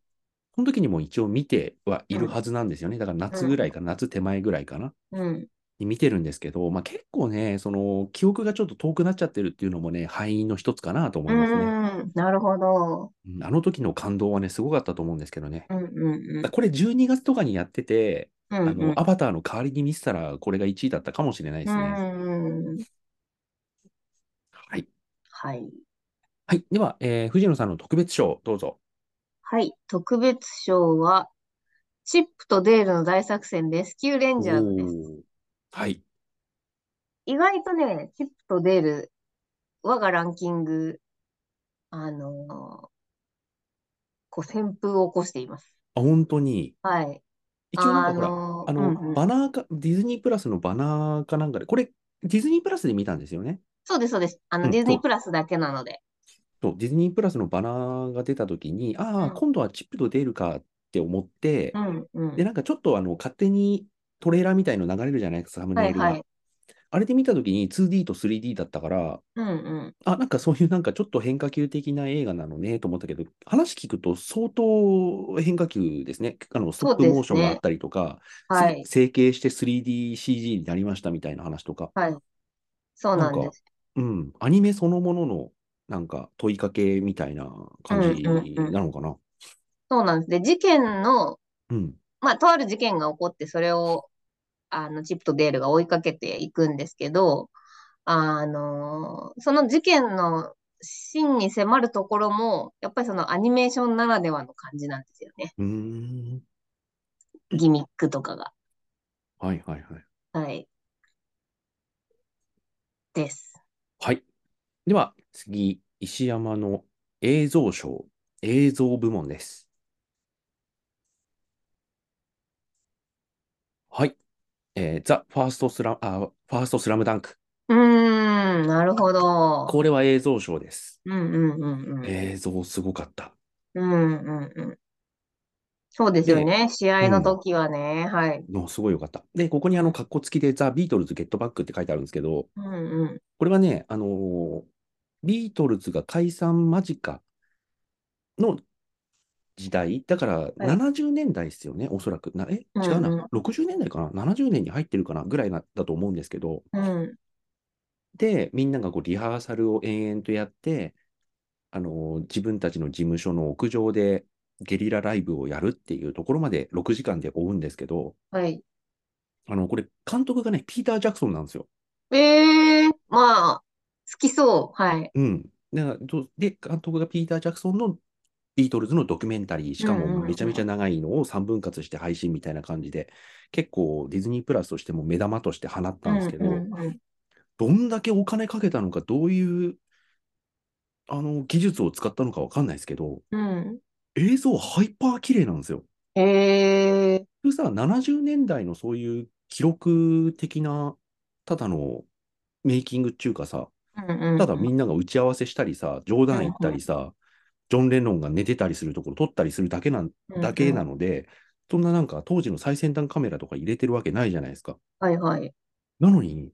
この時にも一応見てはいるはずなんですよね。だから夏ぐらいか、夏手前ぐらいかな。
うん。
に見てるんですけど、まあ、結構ね、その、記憶がちょっと遠くなっちゃってるっていうのもね、敗因の一つかなと思
う
いますね。
ん。なるほど。
うんあの時の感動はね、すごかったと思うんですけどね。
うんうんうん。
これ12月とかにやってて、
うん
あの、アバターの代わりに見せたら、これが1位だったかもしれないで
う
すね。
ん。うん。
はい。
はい。
はい。では、えー藤野さんの特別賞、どうぞ。
はい。特別賞は、チップとデールの大作戦レスキューレンジャーズです。
おーはい。
意外とね、チップとデール、我がランキング、あのーこう、旋風を起こしています。
あ、本当に。
はい。
一応なんかほら、
のー
あの、
うんうん
バナーか、ディズニープラスのバナーかなんかで、これ、ディズニープラスで見たんですよね。
そうです、そうです。あの、
うん
ディズニー
そう
プラスだけなので。
そう、ディズニープラスのバナーが出たときに、ああ、
うん
今度はチップとデールかって思って
う、ん、うん。
で、なんかちょっとあの勝手にトレーラーみたいの流れるじゃないですか、サム
は
ネ
い、
イル
はい
が。。あれで見たときに 2D と 3D だったから、
うん、うん。
あ、なんかそういうなんかちょっと変化球的な映画なのねと思ったけど、話聞くと相当変化球ですね。あのストップモーションがあったりとか、
は
せ
い。
整形して 3DCG になりましたみたいな話とか、
はい。そう
な
なんんで
か
す。、
うん、アニメそのもののなんか問いかけみたいな感じ
うんうんうん
なのかな。
そうなんです。で、事件の、
うん。
まあ、とある事件が起こって、それを、あの、チップとデールが追いかけていくんですけど、あのーその事件の真に迫るところも、やっぱりそのアニメーションならではの感じなんですよね。
うーん。
ギミックとかが。
はいはいはい。
はい。です。
はい。では、次、石山の映像賞、映像部門です。はい。えー、ザ・ファーストスラム、あ、ファーストスラムダンク。
うーん、なるほど。
これは映像賞です。
うんうんうんうん。
映像すごかった。
うんうんうん。そうですよ
で
ね。試合の時はね。はい。
のすごい良かった。で、ここにあの、カッコ付きで、ザ・ビートルズ・ゲットバックって書いてあるんですけど、
うんうん。
これはね、あのービートルズが解散間近の時代、だから70年代ですよね、おそらく。なえ、違うな、
うんうん
60年代かな、70年に入ってるかなぐらいなだと思うんですけど、
うん。
で、みんながこうリハーサルを延々とやって、あのー自分たちの事務所の屋上でゲリラライブをやるっていうところまで6時間で追うんですけど、
はい。
あのこれ、監督がね、ピーター・ジャクソンなんですよ。
ええまあ、好きそう。はい。
うん。で、どで監督がピーター・ジャクソンのビートルズのドキュメンタリー、しか
うんうん
も
うん
めちゃめちゃ長いのを3分割して配信みたいな感じで、結構ディズニープラスとしても目玉として放ったんですけ
う
ど、
んうんうん。
どんだけお金かけたのか、どういう、あの、技術を使ったのかわかんないですけど、
うん。
映像ハイパー綺麗なんですよ。
ええ
普通さ、70年代のそういう記録的な、ただのメイキングっていうかさ、ただみんなが打ち合わせしたりさ、冗談言ったりさ、ジョン・レノンが寝てたりするところ撮ったりするだけなん
うんうん
だけなので、そんななんか当時の最先端カメラとか入れてるわけないじゃないですか。
はいはい。
なのに、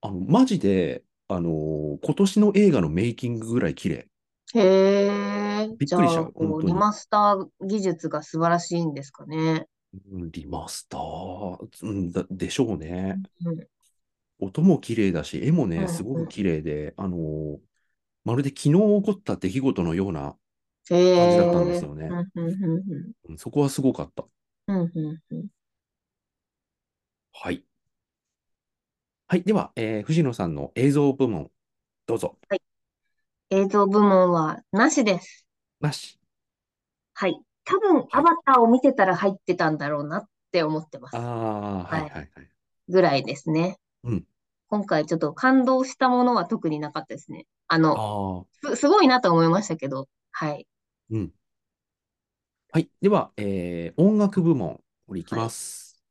あのマジで、あのー今年の映画のメイキングぐらい綺麗。
へえ。
びっ
じ
くりし
ゃ
た
あ、こう
本当に
リマスター技術が素晴らしいんですかね。
うんリマスター、うんだでしょうね。
うん
音も綺麗だし、絵も
うんう
ね、
ん
すごく綺麗で、あのーまるで昨日起こった出来事のような、
へ
感
え。
じだったんですよね
うんうんうんうん
うんそこはすごかった。
うんうんうん。
はい。はい。では、えー藤野さんの映像部門、どうぞ。
映像部門はなしです。
なし。
はい。多分、アバターを見てたら入ってたんだろうなって思ってます
あ。あ、はいはいはい。
ぐらいですね。
うん
今回ちょっと感動したものは特になかったですね。あの、
ああ。
す、すごいなと思いましたけど、はい。
うん。はい。では、えー音楽部門、これいきます。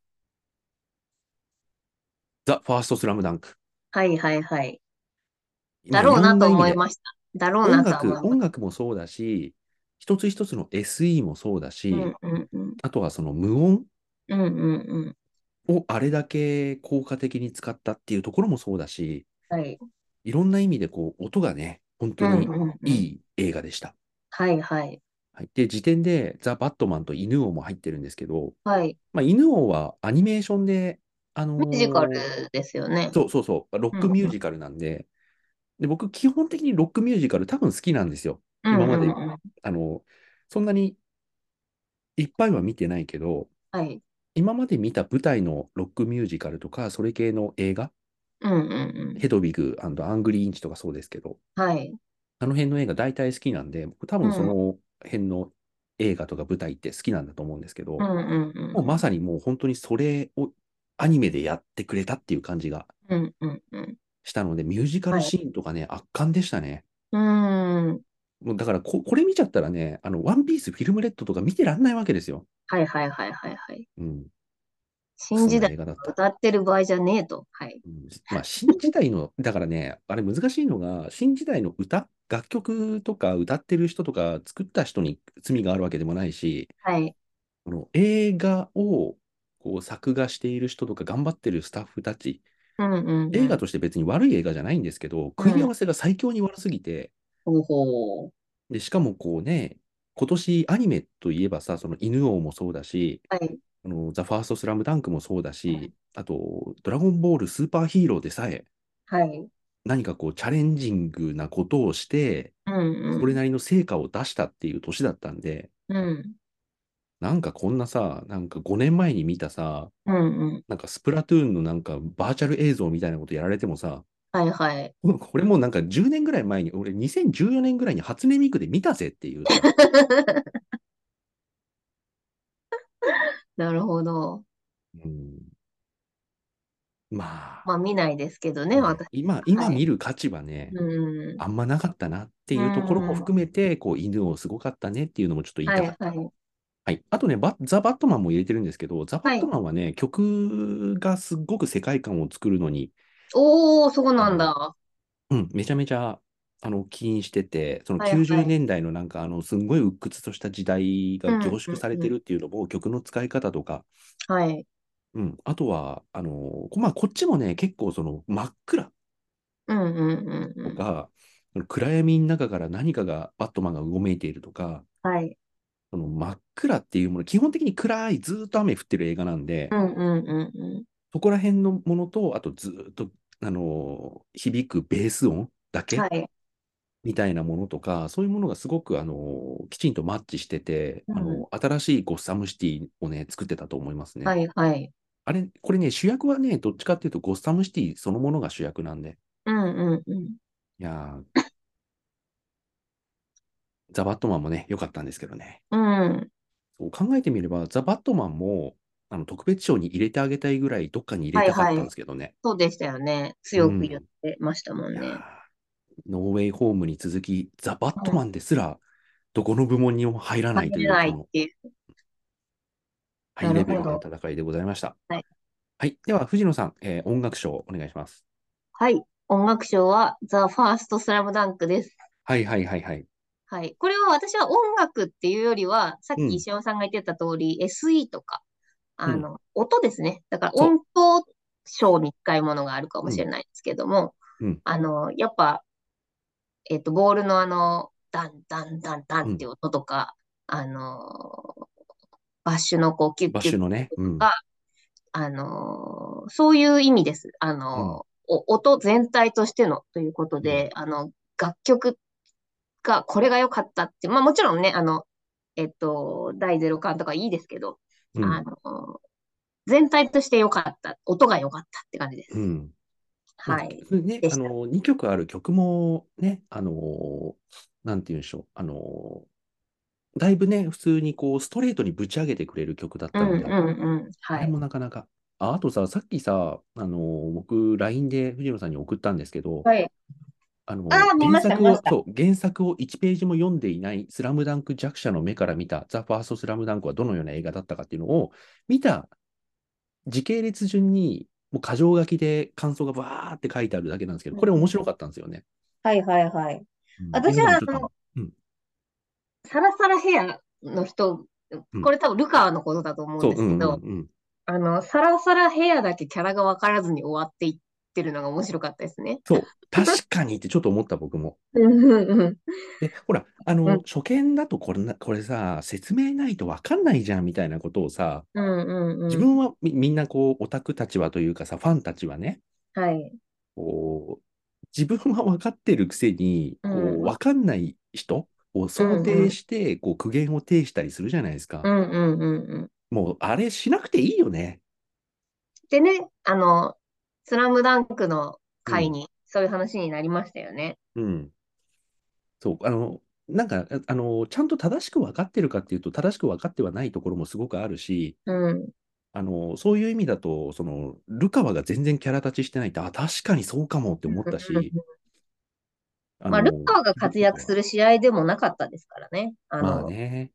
ザ・ファースト・スラムダンク。
はいはいはい。
まあ
だろうなと
ろん
思
意味
い
で
ました。だろうな
音
とは
楽、
思い
音楽もそうだし、一つ一つの SE もそうだし、
ました。うんうん
あとはその無音
うん。うんうんうん。
をあれだけ効果的に使ったっていうところもそうだし、
はい。
いろんな意味でこう音がね、本当に
うんうんうん
いい映画でした。
はいはい。
はい、で、時点でザ・バットマンと犬王も入ってるんですけど、
はい。
まあ、犬王はアニメーションで、あのー
ミュージカルですよね。
そうそうそう、ロックミュージカルなんで、で僕、基本的にロックミュージカル多分好きなんですよ。
うん
今まで
うんうん。
あのそんなにいっぱいは見てないけど、
はい。
今まで見た舞台のロックミュージカルとか、それ系の映画、
うんうんうん。
ヘドビグアングリーインチとかそうですけど、
はい。
あの辺の映画大体好きなんで、僕多分その辺の映画とか舞台って好きなんだと思うんですけど、
うん
も
うんうん。
うまさにもう本当にそれをアニメでやってくれたっていう感じが
うんうんうん。
したので、ミュージカルシーンとかね、圧巻でしたね。
うーん。
もうだからこ、これ見ちゃったらね、あの、ワンピース、フィルムレッドとか見てらんないわけですよ。
はいはいはいはいはい。
うん。
新
そ
時
んな
代
映画だった。
歌ってる場合じゃねえと。はい。
うんまあ、新時代の、だからね、あれ難しいのが、新時代の歌、楽曲とか歌ってる人とか作った人に罪があるわけでもないし、
はい。
この映画をこう作画している人とか頑張ってるスタッフたち、
うんうんうん。
映画として別に悪い映画じゃないんですけど、
うん
組み合わせが最強に悪すぎて、
ほうほう。
でしかもこうね、今年アニメといえばさ、その犬王もそうだし、
はい。
あのザ・ファースト・スラムダンクもそうだ
う
し
ん、
あと、ドラゴンボール・スーパーヒーローでさえ、
はい。
何かこうチャレンジングなことをして、
うん
それなりの成果を出したっていう年だったんで、
うん。うん。
なんかこんなさ、なんか5年前に見たさ、
うんうん。
なんかスプラトゥーンのなんかバーチャル映像みたいなことやられてもさ、
はいはい。
これもうなんか10年ぐらい前に、俺2014年ぐらいに初音ミクで見たぜっていう さ
なるほど。
うんまあ、
まあ見ないですけどね、私。
今、今見る価値はね、
うん。
あんまなかったなっていうところも含めて、こう犬をすごかったねっていうのもちょっと言い
は
た
い
かった。
はい。
はい。あとね、バザ・バットマンも入れてるんですけど、ザ・バットマンはね、曲がすっごく世界観を作るのに、
おー、そうなんだ。
うん、めちゃめちゃ、あの、起因してて、その
はいはい
90年代のなんか、あの、すんごい鬱屈とした時代が凝縮されてるっていうのも、曲の使い方とか、
はい。
うん、あとは、あの、まあ、こっちもね、結構その、真っ暗
うんうんうんう
と
ん。
か、その暗闇の中から何かが、バットマンがうごめいているとか、
はい。
その真っ暗っていうもの、基本的に暗い、ずーっと雨降ってる映画なんで
う、んうんうんうん。
そこら辺のものと、あとずーっと、あのー響くベース音だけ
はい。
みたいなものとか、そういうものがすごく、あのーきちんとマッチしてて、
うん
あのー新しいゴッサムシティをね、作ってたと思いますね。
はいはい。
あれ、これね、主役はね、どっちかっていうと、ゴッサムシティそのものが主役なんで、
うんうんうん。
いやーザ・バットマンもね、良かったんですけどね。
うん。
そう考えてみれば、ザ・バットマンも、あの特別賞に入れてあげたいぐらい、どっかに入れたかったんですけどね。
そうでしたよね。強く言ってましたもん
いや
ね。
ーノーウェイホームに続き、ザ・バットマンですら、どこの部門にも入らないという、
入れ
こ
ない
の
っていう。
ハイレベル
な
な
るほ
戦いでございました。
はい
はい。では、藤野さん、えー音楽賞お願いします。
はい。音楽賞は、ザ・ファースト・スラムダンクです。
はいはいはいはい。
はい。これは私は音楽っていうよりは、さっ
うん
き石山さんが言ってた通り、SE とか、あ
うん
の、音ですね。だから
そう
音響賞に近いものがあるかもしれないですけども
うんうん、
あの、やっぱ、えっと、ボールのあの、ダンダンダンダンっていう音とか、あの、バッシュのこう、キュッ
バッ
キュ
シュ
ッ、
のね。うん。
ああの、そういう意味です。あの、お音全体としてのということで、あの、楽曲が、これが良かったって、まあもちろんね、あの、えっと、第ゼロ感とかいいですけど、
うん
あの、全体として良かった、音が良かったって感じです。
うん。まあ
はい。
それね、
で
あ
した
の、2曲ある曲もね、あの、なんて言うんでしょう、あの、だいぶね、普通にこう、ストレートにぶち上げてくれる曲だっ
う
た
ん
ので、
うんうん。
あ
は
れ
い。
もなかなか。あ、あとさ、さっきさ、あの、僕、LINE で藤野さんに送ったんですけど、
はい。
あの、
あー見
原
ました
作
見ま
を、
した
そう、原作を1ページも読んでいないスラムダンク弱者の目から見たザ・ファースト・スラムダンクはどのような映画だったかっていうのを見た時系列順に、もう箇条書きで感想がバーって書いてあるだけなんですけど、これ面白かったんですよね。
はいはいはい。
うん
私は
今のちょっとあの
サラサラヘアの
う
人、
ん
これ多分ルカーのことだと思うん
そう、
です
うん
け
うんう
ど、
ん。
あの、サラサラヘアだけキャラが分からずに終わっていってるのが面白かったですね。
そう、確かにってちょっと思った僕も。
うんうんうん。
で、ほら、あ
う
の
ん、
初見だとこれな、これさ、説明ないとわかんないじゃんみたいなことをさ、
うんうん
自
うん。
分はみ、みんなこう、オタクたちはというかさ、ファンたちはね、
はい。
こう、自分は分かってるくせに、こ
うん
う、分かんない人を想定して、こう、苦言を呈したりするじゃないですか
う。んうんうんうん。
もう、あれしなくていいよね。
でね、あの、スラムダンクの回に、そういう話になりましたよね。
うん。そう、あの、なんか、ああの、ちゃんと正しく分かってるかっていうと、正しく分かってはないところもすごくあるし、
うん。
あの、そういう意味だと、その、ルカワが全然キャラ立ちしてないって、あ、確かにそうかもって思った
うんうん
し、あ
まあ、
の
ルカーが活躍する試合でもなかったですからね。あ
まあ
の、
ね。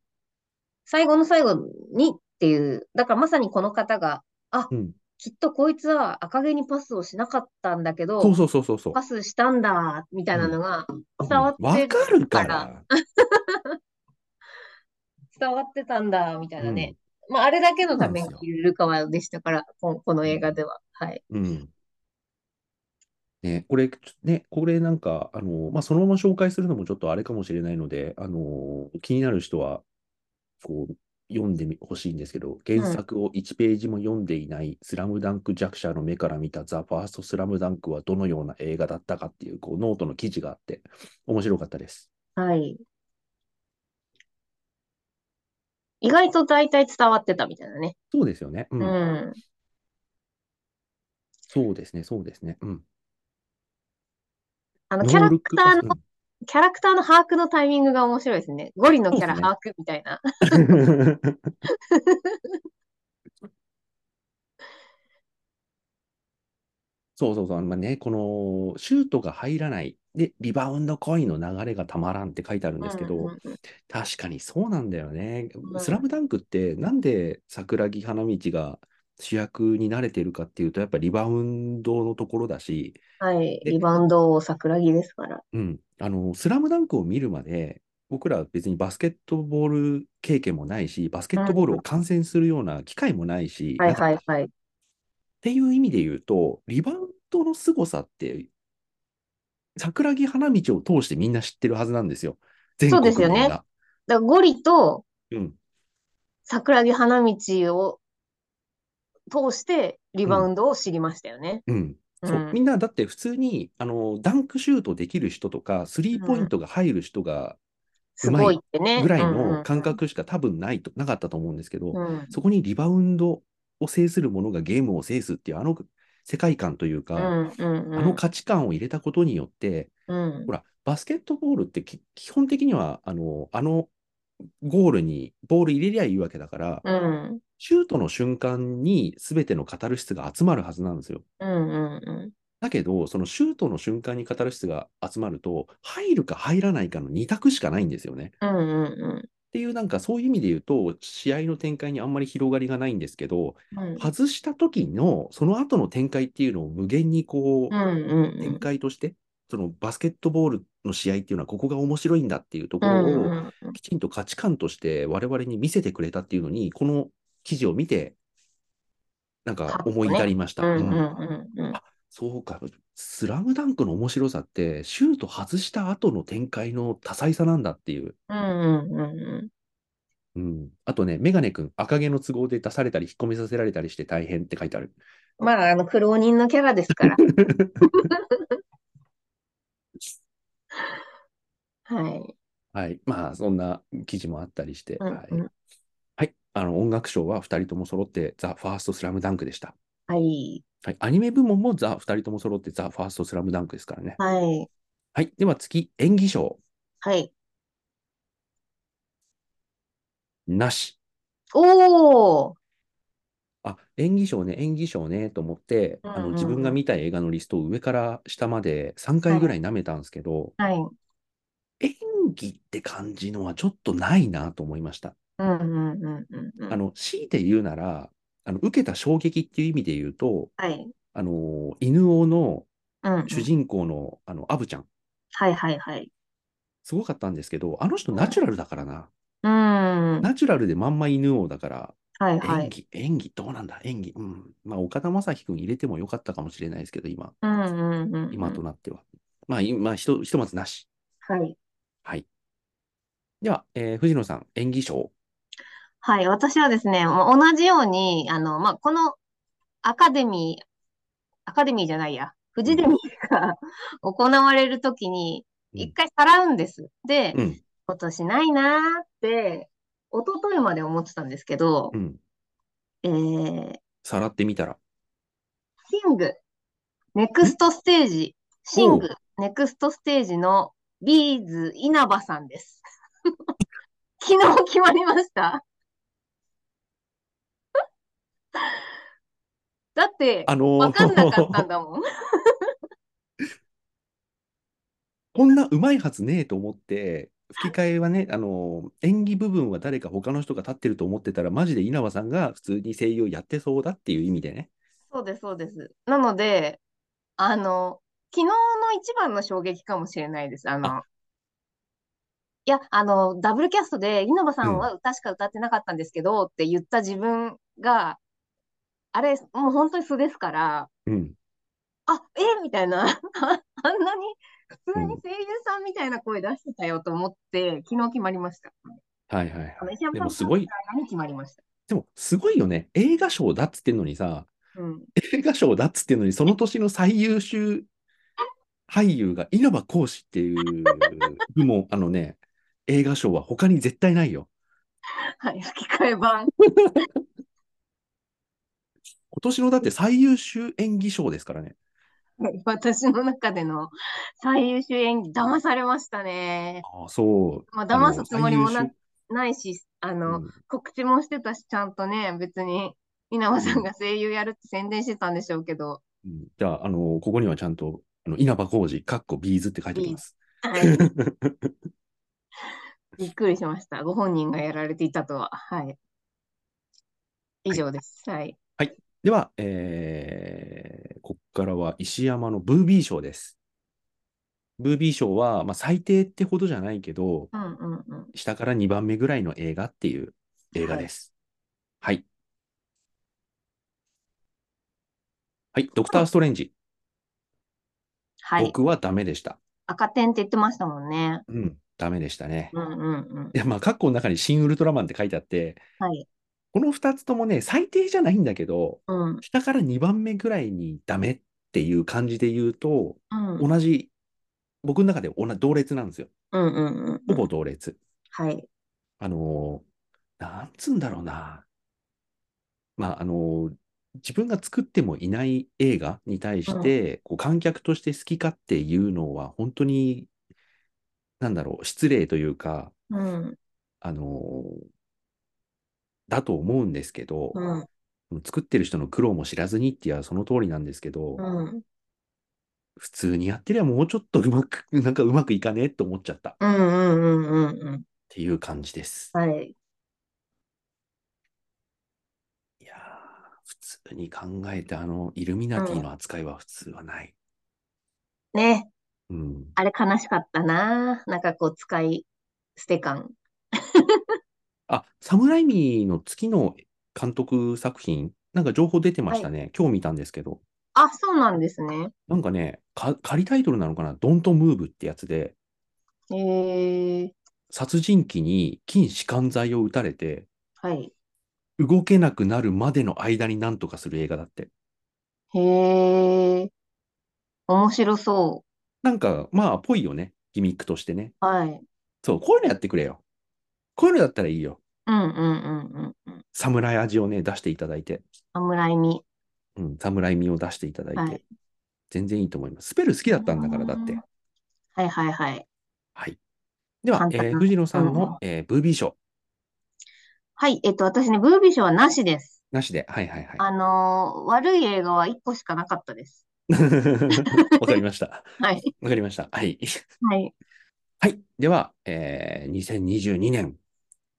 最後の最後にっていう、だからまさにこの方が、あ、
うん。
きっとこいつは赤毛にパスをしなかったんだけど、
そうそうそうそうそう。
パスしたんだ、みたいなのが伝わっ
うんわ
て
かる
か、
からら。
伝わってたんだ、みたいな
うん
ね。まあ、あれだけのために
そうなんです
いる川でしたから、ここの映画では。はい。
うん。ね、これ、ちょね、これなんか、あの、まあ、そのまま紹介するのもちょっとあれかもしれないので、あの、気になる人は、こう、読んでみほしいんですけど、原作を1ページも読んでいない、スラムダンク弱者の目から見た、ザ・ファースト・スラムダンクはどのような映画だったかっていう、こう、ノートの記事があって、面白かったです。
はい。意外と大体伝わってたみたいなね。
そうですよね。う。
うんん。
そうですね、そうですね。うん。
あの、
ノ
キャ
ー
ラ
ルッ
ク
ク
ターの、
の、
キャラクターの把握のタイミングが面白いですね。ゴリのキャラ
そうです
把握みたいな。
うん そうそうそう、あのまあね、このシュートが入らない、で、リバウンドコインの流れがたまらんって書いてあるんですけど、
うんうんうん
確かにそうなんだよね。
ん
スラムダンクって、なんで桜木花道が主役になれてるかっていうと、やっぱリバウンドのところだし、
はい。
で
リバウンドを桜木ですから。
うん、あの、スラムダンクを見るまで、僕ら別にバスケットボール経験もないし、バスケットボールを観戦するような機会もないし、
はい
なかっ
は
た
いはい。
っていう意味で言うと、リバウンドの凄さって、桜木花道を通してみんな知ってるはずなんですよ。全
そう
国
ですよ
民が。
ねだからゴリと
うん、
桜木花道を通してリバウンドを知りましたよね。
うん。そうう、
ん
みんなだって普通に、あの、ダンクシュートできる人とか、スリーポイントが入る人が、
すごいってね。
ぐらい
うんうん
の感覚しか多分ないと、なかったと思うんですけど、
うん
そこにリバウンドを制する者がゲームを制すっていう、あの世界観という
う
か、
んうんうん
あの価値観を入れたことによって、
うん
ほら、バスケットボールってき基本的には、あの、あのゴールにボール入れりゃいいわけだから、
うん
シュートの瞬間に全てのカタルシスが集まるはずなんですよ。
うんうん
だけど、そのシュートの瞬間にカタルシスが集まると、入るか入らないかの2択しかないんですよね。
うんうんうん
っていう、なんかそういう意味で言うと、試合の展開にあんまり広がりがないんですけど、
うん
外した時の、その後の展開っていうのを無限にこう、
うんうん
展開として、そのバスケットボールの試合っていうのはここが面白いんだっていうところを、
うんうんうん
きちんと価値観として我々に見せてくれたっていうのに、この記事を見て、なんか思い至りました。
うん
うん
うんうんうん
そうか、スラムダンクの面白さって、シュート外した後の展開の多彩さなんだっていう。
うんうんうん
うん、あとね、メガネ君、赤毛の都合で出されたり、引っ込めさせられたりして大変って書いてある。
まあ、あの、苦労人のキャラですから。はい。
はい。まあ、そんな記事もあったりして。
うん
はい
うん
はい。あの、音楽賞は2人とも揃って、ザ・ファースト・スラムダンクでした。
はい。
はい。アニメ部門もザ・2人とも揃って、ザ・ファースト・スラムダンクですからね。
はい。
はい。では次、演技賞。
はい。
なし。
おー。
あ、演技賞ね、演技賞ね、と思って、あ
うんうんう
の、
ん
自分が見たい映画のリストを上から下まで3回ぐらい舐めたんですけど、
はい。
演技って感じのはちょっとないなと思いました。
うんうんうんうんうん。
あの、強いて言うなら、あの、受けた衝撃っていう意味で言うと、
はい。
あの、犬王の
うんうん。
主人公の、あの、アブちゃん。
はいはいはい。
すごかったんですけど、あの人ナチュラルだからな。
うん。
ナチュラルでまんま犬王だから、
はいは
演
い。
技、演技、どうなんだ演技。うん。まあ、岡田将生君入れてもよかったかもしれないですけど、今、
うんうんうんうん。
今となっては。まあ、今、ひと、ひとまずなし。
はい。
はい。では、えー藤野さん、演技賞。
はい。私はですね、もう同じように、あの、まあ、このアカデミー、アカデミーじゃないや、フジデミーが行われるときに、
うん
一回さらうんです。で、
うん、
今年ないなーって、一昨日まで思ってたんですけど
う、ん。
えー、
さらってみたら。
シング、ネクストステージ、シング、ネクストステージのビーズ稲葉さんです。 昨日決まりました。 だって、
あのー
わかんなかったんだもん。
こんなうまいはずねえと思って、吹き替えはね、あの、演技部分は誰か他の人が立ってると思ってたら、マジで稲葉さんが普通に声優やってそうだっていう意味でね。
そうです、そうです。なので、あの、昨日の一番の衝撃かもしれないです。あの、いや、あの、ダブルキャストで稲葉さんは歌しか歌ってなかったんですけどって言った自分が、あれ、もう本当に素ですから、
うん。
あ、えみたいな、 ああんなに普通に声優さんみたいな声出してたよと思って、昨日決まりました。
はいはいはい
あの石山
で
さん
もすごい、
何決まりました。
でもすごいよね。映画賞だっつってんのにさ、
うん。
映画賞だっつってんのに、その年の最優秀俳優が稲葉講師っていう部門、あのね、映画賞は他に絶対ないよ。
はい、吹き替え版。
今年のだって最優秀演技賞ですからね。
はい 私の中での最優秀演技、騙されましたね。
ああ、そう。
まあ、
あの
騙すつもりも
最
な
優秀
ないし、あ
う
の、
ん
告知もしてたし、ちゃんとね、別に、稲葉さんが声優やるって宣伝してたんでしょうけど、
うんじゃあ、あの、ここにはちゃんと、あの稲葉浩二、かっこビーズって書いておきます。
はい。びっくりしました。ご本人がやられていたとは。はい。以上です。はい。
では、えー、ここからは石山のブービー賞です。ブービー賞は、まあ、最低ってほどじゃないけど、
うんうんうん。
下から2番目ぐらいの映画っていう映画です。はい。はい、ドクター・ストレンジ、
はい。
僕はダメでした。
赤点って言ってましたもんね。
うん、ダメでしたね。
うんうんうん
い。や、まあ、括弧の中に新ウルトラマンって書いてあって、
はい。
この2つともね、最低じゃないんだけど、
うん
下から2番目ぐらいにダメっていう感じで言うと、
うん。
同じ、僕の中で同じ同列なんですよ。
うんうんうんう
ほ
ん。
ぼ同列。
はい。
あのーなんつうんだろうな。まあ、あのー自分が作ってもいない映画に対して、こう観客として好き勝手言うのは、本当に、なんだろう、失礼というか、
うん
あのーだと思うんですけど、
うん
作ってる人の苦労も知らずにっていや、その通りなんですけど、
うん。
普通にやってりゃもうちょっとうまく、なんかうまくいかねえと思っちゃった。
うんうんうんうんうん。
ていう感じです。
はい。
いやー普通に考えて、あの、イルミナティの扱いは普通はない。
ね。
うん。
あれ悲しかったな。なんかこう、使い捨て感。
あ、サムライミの月の監督作品、なんか情報出てましたね。今日見たんですけど。
あ、そうなんですね。
なんかね、か仮タイトルなのかな、ドントムーブってやつで、
えー、
殺人鬼に筋弛緩剤を打たれて、
はい。
動けなくなるまでの間に何とかする映画だって。
へー。面白そ
なんか、まあ、ぽいよね。ギミックとしてね。
う。はい。
そう、こういうのやってくれよ。こういうのだったらいいよ。
うんうんうんうんうん。
侍味をね、出していただいて。
侍に。
うん、侍味を出していただいて。
はい
全然いいと思います。スペル好きだったんだから、だって。
はいはいはい。
はい。では
簡、
え
単
ー藤野さん
うん
の、えーブービー賞、
はい。えっと、私ね、ブービー賞はなしです。
なしで。はいはいはい。
あのー悪い映画は1個しかなかったです。
わかりました。
はい。
わかりました。はい。
はい。
はい。では、えー2022年、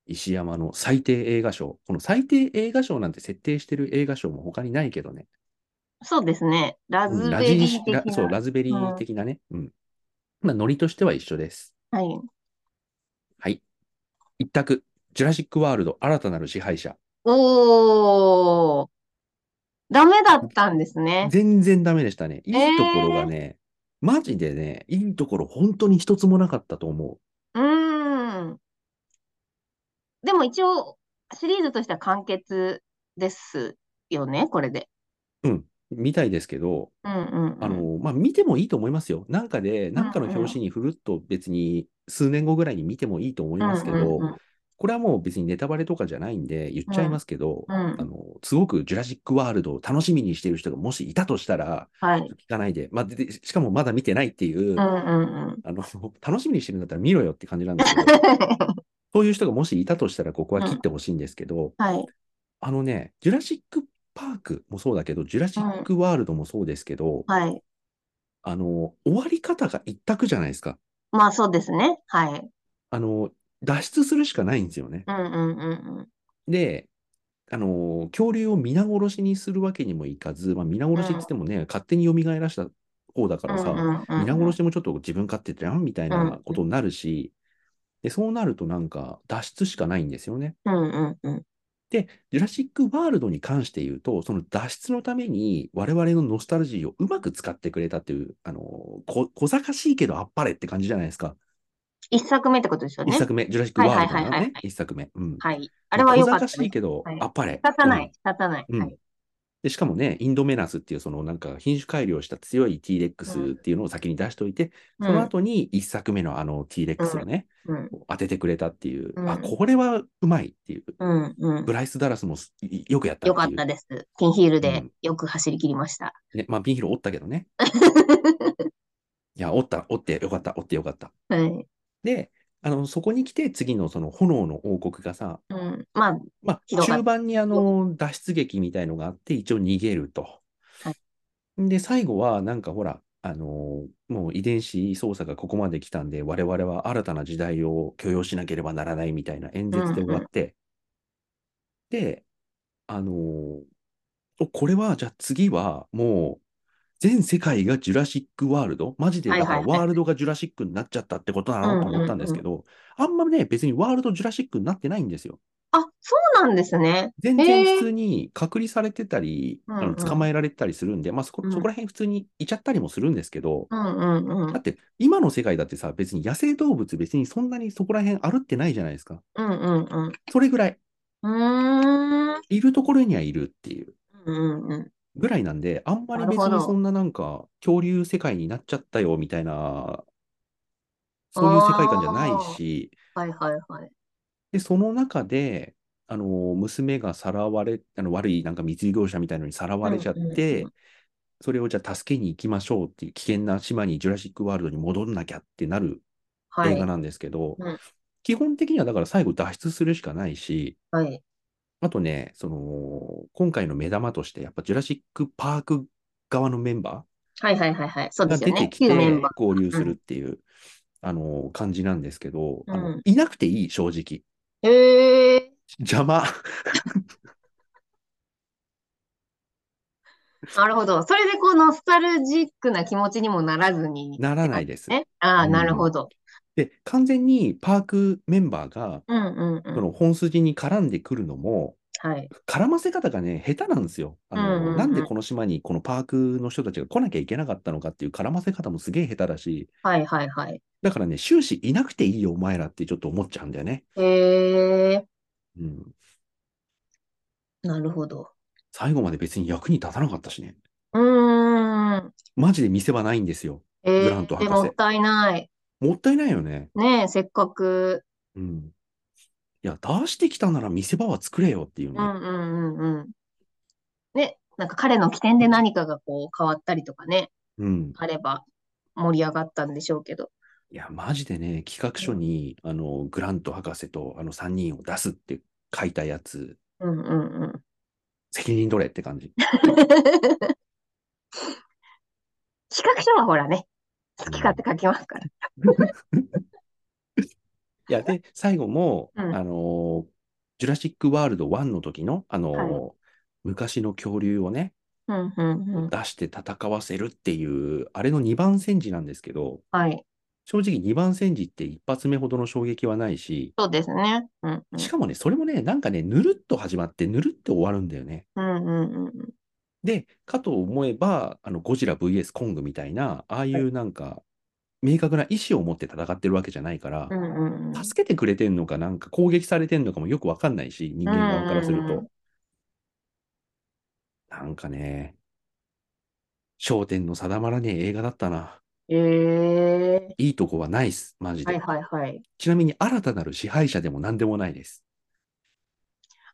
石山の最低映画賞。この最低映画賞なんて設定してる映画賞も他にないけどね。
そうですね。ラ
うん
ズ
ラ
ベ
ジ
リ
シ
ー的
ラそう、
な。
ラズベリー的なね。うん。まあ、ノリとしては一緒です。
はい。
はい。一択。ジュラシック・ワールド、新たなる支配者。
おー。ダメだったんですね。
全然ダメでしたね。いいところがね、マジでね、いいところ本当に一つもなかったと思う。
うーん。でも一応、シリーズとしては完結ですよね、これで。
みたいですけど、
うんうんうん。
あの、まあ、見てもいいと思いますよ。なんかで、なんかの表紙にふるっと別に数年後ぐらいに見てもいいと思いますけ
うん
ど
うんう、ん
これはもう別にネタバレとかじゃないんで言っちゃいますけど、
うんうん
あの、すごくジュラシックワールドを楽しみにしている人がもしいたとしたら、
はい。
聞かないで、まあ、ででしかもまだ見てないっていう、
うんうんうん。
あの、 楽しみにしてるんだったら見ろよって感じなんですけど、そういう人がもしいたとしたらここは切ってほしいんですけど、
はい。
あのね、ジュラシックパークもそうだけど、ジュラシックワールドもそうですけど、
はい。
あの、終わり方が一択じゃないですか。
まあそうですね。はい。
あの、脱出するしかないんですよね。
うんうんうんうん。
で、あの、恐竜を皆殺しにするわけにもいかず、まあ、皆殺しって言ってもね、勝手に蘇らした方だから
うん
さ、
うんうん
皆殺しもちょっと自分勝手じゃんみたいなことになるし、で、そうなるとなんか脱出しかないんですよね。
うんうんうん。
で、ジュラシック・ワールドに関して言うと、その脱出のために我々のノスタルジーをうまく使ってくれたっていう、あの、こ小賢しいけどあっぱれって感じじゃないですか。
一作目ってことですよ
一
ね。
作目、ジュラシック・ワールド
はい
なん
はいはいは
ね
いは。
一作目。うん。
はい。あれは良かっ
小
た
賢しい
ね。
けど
はい、
あっぱれ。
仕方な
うん
い、仕方ない。
うん
はい。
で、しかもね、インドメナスっていう、そのなんか品種改良した強い T レックスっていうのを先に出しておいて、
う
その
ん、
後に一作目のあの T レックスをね、
うん、
当ててくれたっていう、
うん
あ、これはうまいっていう。
うん、うん
ブ。ライス・ダラスもすいよくやった
良
っ
か
て
っ
いう。
たです。ピンヒール
う
で
ん
よく走り切りま した。
ね、まあ、ピンヒール折ったけどね。いや、折った、折ってよかった、折ってよかった。
はい。
で、あの、そこに来て、次のその炎の王国がさ、
うん。まあ、
ま
ひ
あ、
どかった
中盤にあの、脱出劇みたいのがあって、一応逃げると。
はい
で、最後は、なんかほら、あのもう遺伝子操作がここまで来たんで、我々は新たな時代を許容しなければならないみたいな演説で終わって、で、あのおこれは、じゃあ次は、もう、全世界がジュラシックワールドマジで、だか
は
ら
いはいはい
ワールドがジュラシックになっちゃったってことなのと思ったんですけど、あんまね、別にワールドジュラシックになってないんですよ。
あ、そうなんですね。
全然
へー
普通に隔離されてたり、
うんうん
あの捕まえられてたりするんで、まあそこ、
うん
そこら辺普通にいちゃったりもするんですけど、
うん、うん、うん。う
だ
ん
って今の世界だってさ、別に野生動物別にそんなにそこら辺歩ってないじゃないですか。、
うん、うん。
それぐらい、
うーん。
いるところにはいるっていう
うん、うん、うん。
ぐらいなんで、あんまり
なる
別
ほど
にそんななんか恐竜世界になっちゃったよみたいな、そういう世界観じゃないし、
はい、はい、はい。
で、その中で、あの、娘がさらわれ、あの、悪いなんか密輸業者みたいのにさらわれちゃっ
うんうん
て
うん、
それをじゃあ助けに行きましょうっていう危険な島にジュラシックワールドに戻んなきゃってなる
は
映画
い、
なんですけど、
うん
基本的にはだから最後脱出するしかないし、
はい。
あとね、その、今回の目玉として、やっぱジュラシックパーク側のメンバ
はい、はい、はい、はい。そ
ー
うで
が
すよ
出て
ね。
き
旧
て
メンバ
合流するっていう。あの、感じなんですけど、あ
う
の
ん
いなくていい、正直。
へえ。
邪魔。
なるほど。それでこう、ノスタルジックな気持ちにもならずに。
ならないです
ね。ああ、
うん
なるほど。
で、完全にパークメンバーが、
うんうん
そ
うん。
の本筋に絡んでくるのも、
はい。
絡ませ方がね、下手なんですよ。あの、
うんうんうん
なんでこの島にこのパークの人たちが来なきゃいけなかったのかっていう絡ませ方もすげえ下手だし、
はいはいはい。
だからね、終始いなくていいよ、お前らってちょっと思っちゃうんだよね。
へえ。
うん。
なるほど。
最後まで別に役に立たなかったしね。
うーん。
マジで見せ場ないんですよ。
えー
ブラント博士
もったいない。
もったいないよね。
ねえ、せっかく。
うん。いや、出してきたなら見せ場は作れよっていうね。
うんうんうんうん。ね、なんか彼の起点で何かがこう変わったりとかね、
うん。
あれば盛り上がったんでしょうけど。
いや、マジでね、企画書に、あの、グラント博士とあの3人を出すって書いたやつ、
うんうんうん。
責任取れって感じ。
企画書はほらね、好き勝手書きますから。
いや、で、最後も、
うん
あの、ジュラシック・ワールド1の時の、あの、
はい
昔の恐竜をね、
うんうんうん。
出して戦わせるっていう、あれの2番戦時なんですけど、
はい。
正直2番戦時って一発目ほどの衝撃はないし、
そうですね。うんうん。
しかもね、それもね、なんかね、ぬるっと始まって、ぬるっと終わるんだよね。
うんうんうん。
で、かと思えば、あのゴジラ VS コングみたいな、ああいうなんか、明確な意思を持って戦ってるわけじゃないから
う、んうんうん。
助けてくれてんのか、なんか攻撃されてんのかもよくわかんないし、人間側からする
うんうんう
と。なんかね、焦点の定まらねえ映画だったな。
ええ
いいとこはないっす、マジ
ー。はい
で。
はいはい。
ちなみに、新たなる支配者でも何でもないです。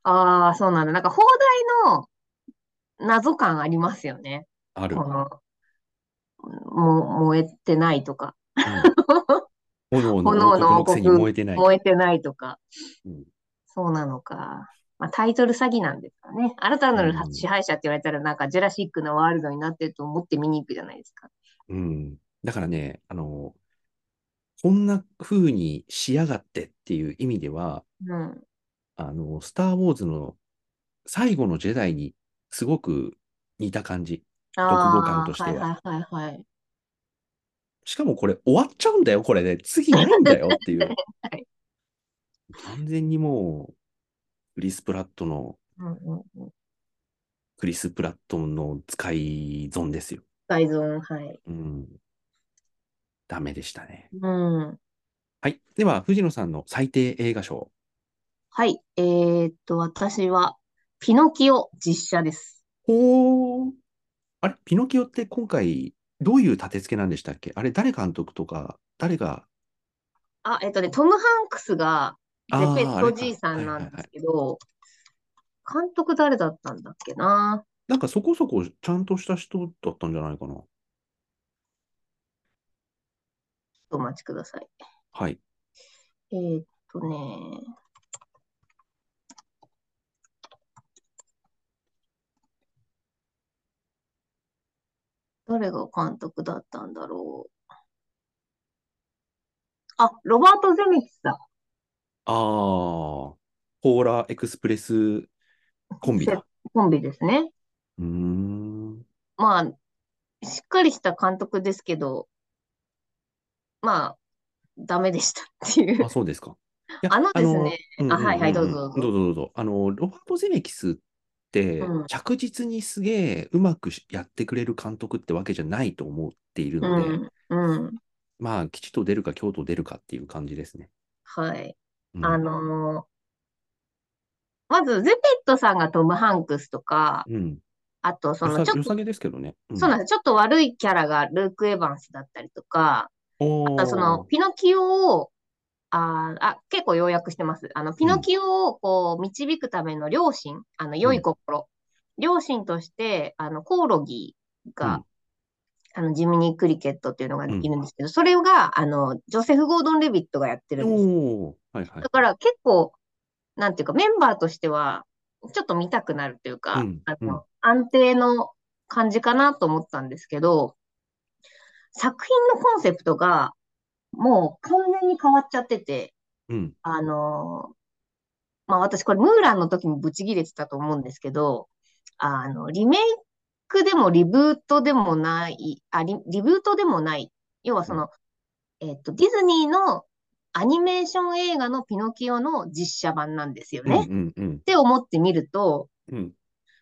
ああ、そうなんだ。なんか、放題の謎感ありますよね。
ある。
この、も、燃えてないとか、
うん炎の王国のくせに燃えてない。
燃えてないとか
うん、
そうなのか。まあ、タイトル詐欺なんですかね。新たなる
うん
支配者って言われたら、なんか、ジュラシックなワールドになってると思って見に行くじゃないですか。
うん。だからね、あの、こんな風にしやがってっていう意味では、
うん。
あの、スター・ウォーズの最後のジェダイにすごく似た感じ。
あ
語感
あ、
としては
はいはいはいはい。
しかもこれ終わっちゃうんだよ、これで、次ないんだよっていう
はい。
完全にもう、クリス・プラットの、
うんうんうん。
クリス・プラットの使い損ですよ。
改造、はい。
うん。ダメでしたね。
うん。
はい。では、藤野さんの最低映画賞。
はい。えーっと、私は、ピノキオ実写です。
ほー。あれ、ピノキオって今回、どういう立て付けなんでしたっけあれ、誰監督とか、誰が、
あ、えっとね、トム・ハンクスが、
あ
ゼ
ー
ペット
あれか
じいさんな
はい
ん
はい
で
は
す
い
けど、監督誰だったんだっけな。
なんかそこそこちゃんとした人だったんじゃないかな。
ちょっとお待ちください。
はい。
えーっとね、誰が監督だったんだろう。あ、ロバート・ゼメキスだ。
ああ、ホーラーエクスプレスコンビ だ。
コンビですね。
うーん。
まあ、しっかりした監督ですけど、まあ、ダメでしたっていう。
あ、そうですか。いや
あのですね、
あの
あはいはい
んんん
どうぞ
どうぞどうぞ。あの、ロバート・ゼメキスって
うん、
着実にすげえうまくしやってくれる監督ってわけじゃないと思っているので、
うん、うん、
まあ、吉と出るか、京と出るかっていう感じですね。
はい。
うん
あのーまず、ゼペットさんがトム・ハンクスとか、
うん。
あと、そ
よ
の、
さ
ちょ
良
っと、
さげですけどね。
そうなんです。ちょっと悪いキャラがルーク・エヴァンスだったりとか、
お
あとその、ピノキオを、あー、あ、結構要約してます。あの、ピノキオをこう、導くための両親、あの、良い心。両親として、あの、コオロギが、あの、ジミニー・クリケットっていうのがいるんですけど、それが、あの、ジョセフ・ゴードン・レビットがやってるんです。
おーはいはい
だ。から結構、なんていうか、メンバーとしては、ちょっと見たくなるというか、
うん
あ
うん
の、安定の感じかなと思ったんですけど、作品のコンセプトが、もう完全に変わっちゃってて、
うん。
あのーまあ、私これムーランの時もブチギレてたと思うんですけど、あの、リメイクでもリブートでもない、あ、リ、リブートでもない。要はその、えっと、ディズニーのアニメーション映画のピノキオの実写版なんですよ
うん
ね。っ
うんうん
て思ってみると、
うん。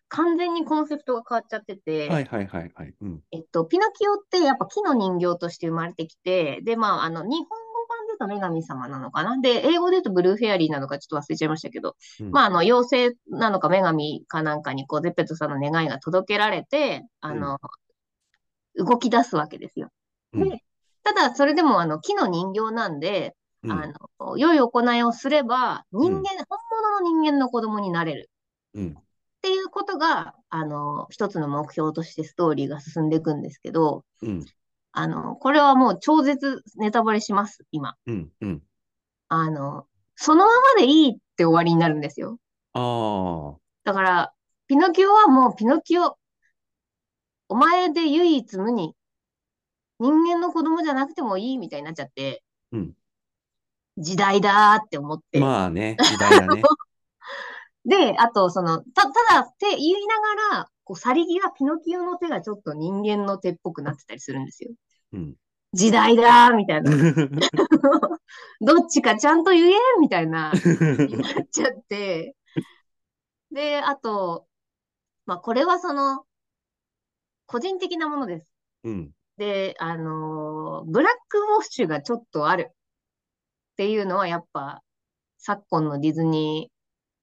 完全にコンセプトが変わっちゃってて、
はいはいはいはい。うん。
えっと、ピノキオってやっぱ木の人形として生まれてきて、で、まあ、あの、日本語版だと女神様なのかな。で、英語で言うとブルーフェアリーなのかちょっと忘れちゃいましたけど、
うん
まあ、あの、妖精なのか女神かなんかに、こう、ゼッペトさんの願いが届けられて、あの、動き出すわけですよ。
うん
でただ、それでも、あの、木の人形なんで、
うん
あの、良い行いをすれば、人間、
うん
本物の人間の子供になれる。
うん
っていうことが、あの、一つの目標としてストーリーが進んでいくんですけど、
うん
あの、これはもう超絶ネタバレします、今。
うんうん。
あの、そのままでいいって終わりになるんですよ。
ああ。
だから、ピノキオはもうピノキオ。お前で唯一無二。人間の子供じゃなくてもいいみたいになっちゃって、
うん
時代だーって思って。
まあね、時代 だね。
で、あと、その、た、ただって言いながら、こう、去り際、ピノキオの手がちょっと人間の手っぽくなってたりするんですよ。
うん。
時代だーみたいな。どっちかちゃんと言えみたいな、に なっちゃって。で、あと、まあ、これはその、個人的なものです。
うん。
で、あのーブラックウォッシュがちょっとあるっていうのは、やっぱ、昨今のディズニ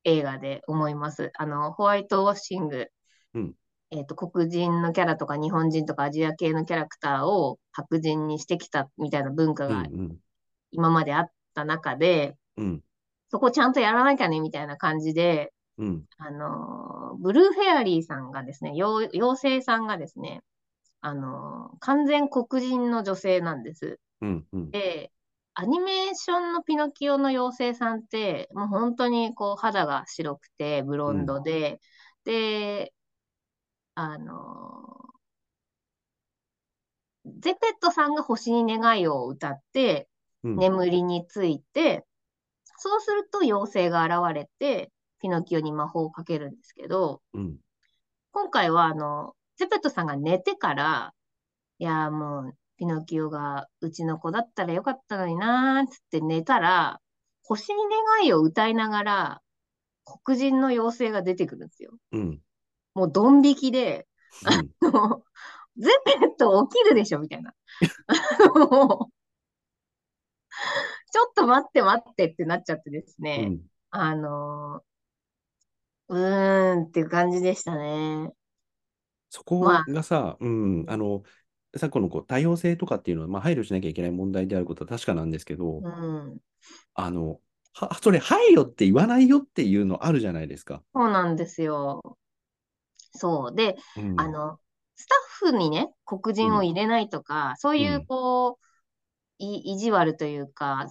ー映画で思います。あの、ホワイトウォッシング。
うん
えっと、黒人のキャラとか日本人とかアジア系のキャラクターを白人にしてきたみたいな文化
うんう
が
ん。
今まであった中で、
うん。
そこちゃんとやらなきゃねみたいな感じで、
うん。
あのー、ブルーフェアリーさんがですね、妖妖精さんがですね、あのー、完全黒人の女性なんです。
うん。うん。
で、アニメーションのピノキオの妖精さんって、もう本当にこう肌が白くてブロンドで、で、あのー、ゼペットさんが星に願いを歌って、
うん。
眠りについて、そうすると妖精が現れて、ピノキオに魔法をかけるんですけど、
うん。
今回はあの、ゼペットさんが寝てから、いやーもう、ピノキオがうちの子だったらよかったのになーっつって寝たら、星に願いを歌いながら、黒人の妖精が出てくるんですよ。
うん。
もうドン引きで、 もうゼペット起きるでしょみたいな。 もうちょっと待って待ってってなっちゃってです
う
ね。
ん。
あのー、うーんっていう感じでしたね。
そこ
まあ
がさ、うん、あの、昨今のこう多様性とかっていうのは、まあ、配慮しなきゃいけない問題であることは確かなんですけど、
うん。
あの、は、 それ、配慮って言わないよっていうのあるじゃないですか。
そうなんですよ。そう。で、
うん
あの、スタッフにね、黒人を入れないとか、そういうう、
ん
こう、い意地悪というか、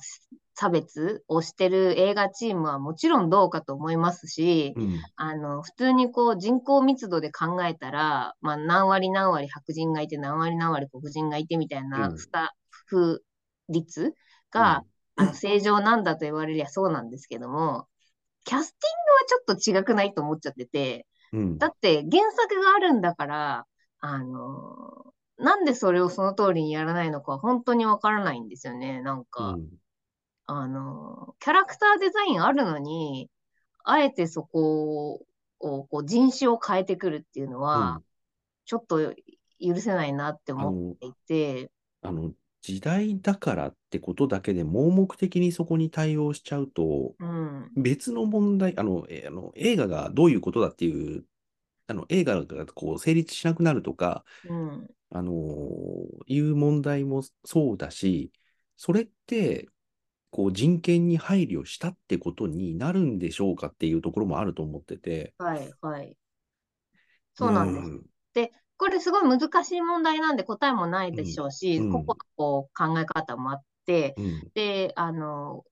差別をしてる映画チームはもちろんどうかと思いますし、
うん、
あの、普通にこう人口密度で考えたら、まあ何割何割白人がいて何割何割黒人がいてみたいな
うん
スタッフ率が、あの正常なんだと言われりゃそうなんですけども、キャスティングはちょっと違くないと思っちゃってて、
うん、
だって原作があるんだから、あの、なんでそれをその通りにやらないのか本当にわからないんですよね、なん
う
か。
ん
あの、キャラクターデザインあるのに、あえてそこを、こう人種を変えてくるっていうのは、ちょっと許せないなって
あ
思っ
の、
ていて、
あの、時代だからってことだけで盲目的にそこに対応しちゃうと、
うん、
別の問題、あの、えあの映画がどういうことだっていう、あの、映画がこう成立しなくなるとか、
うん、
あのーいう問題もそうだし、それって、こう人権に配慮したってことになるんでしょうかっていうところもあると思ってて。
はい、はい。そうなんです。
す。
これすごい難しい問題なんで答えもないでしょうし、
うんうん
個々のこう考え方もあって、
うん。
で、あの、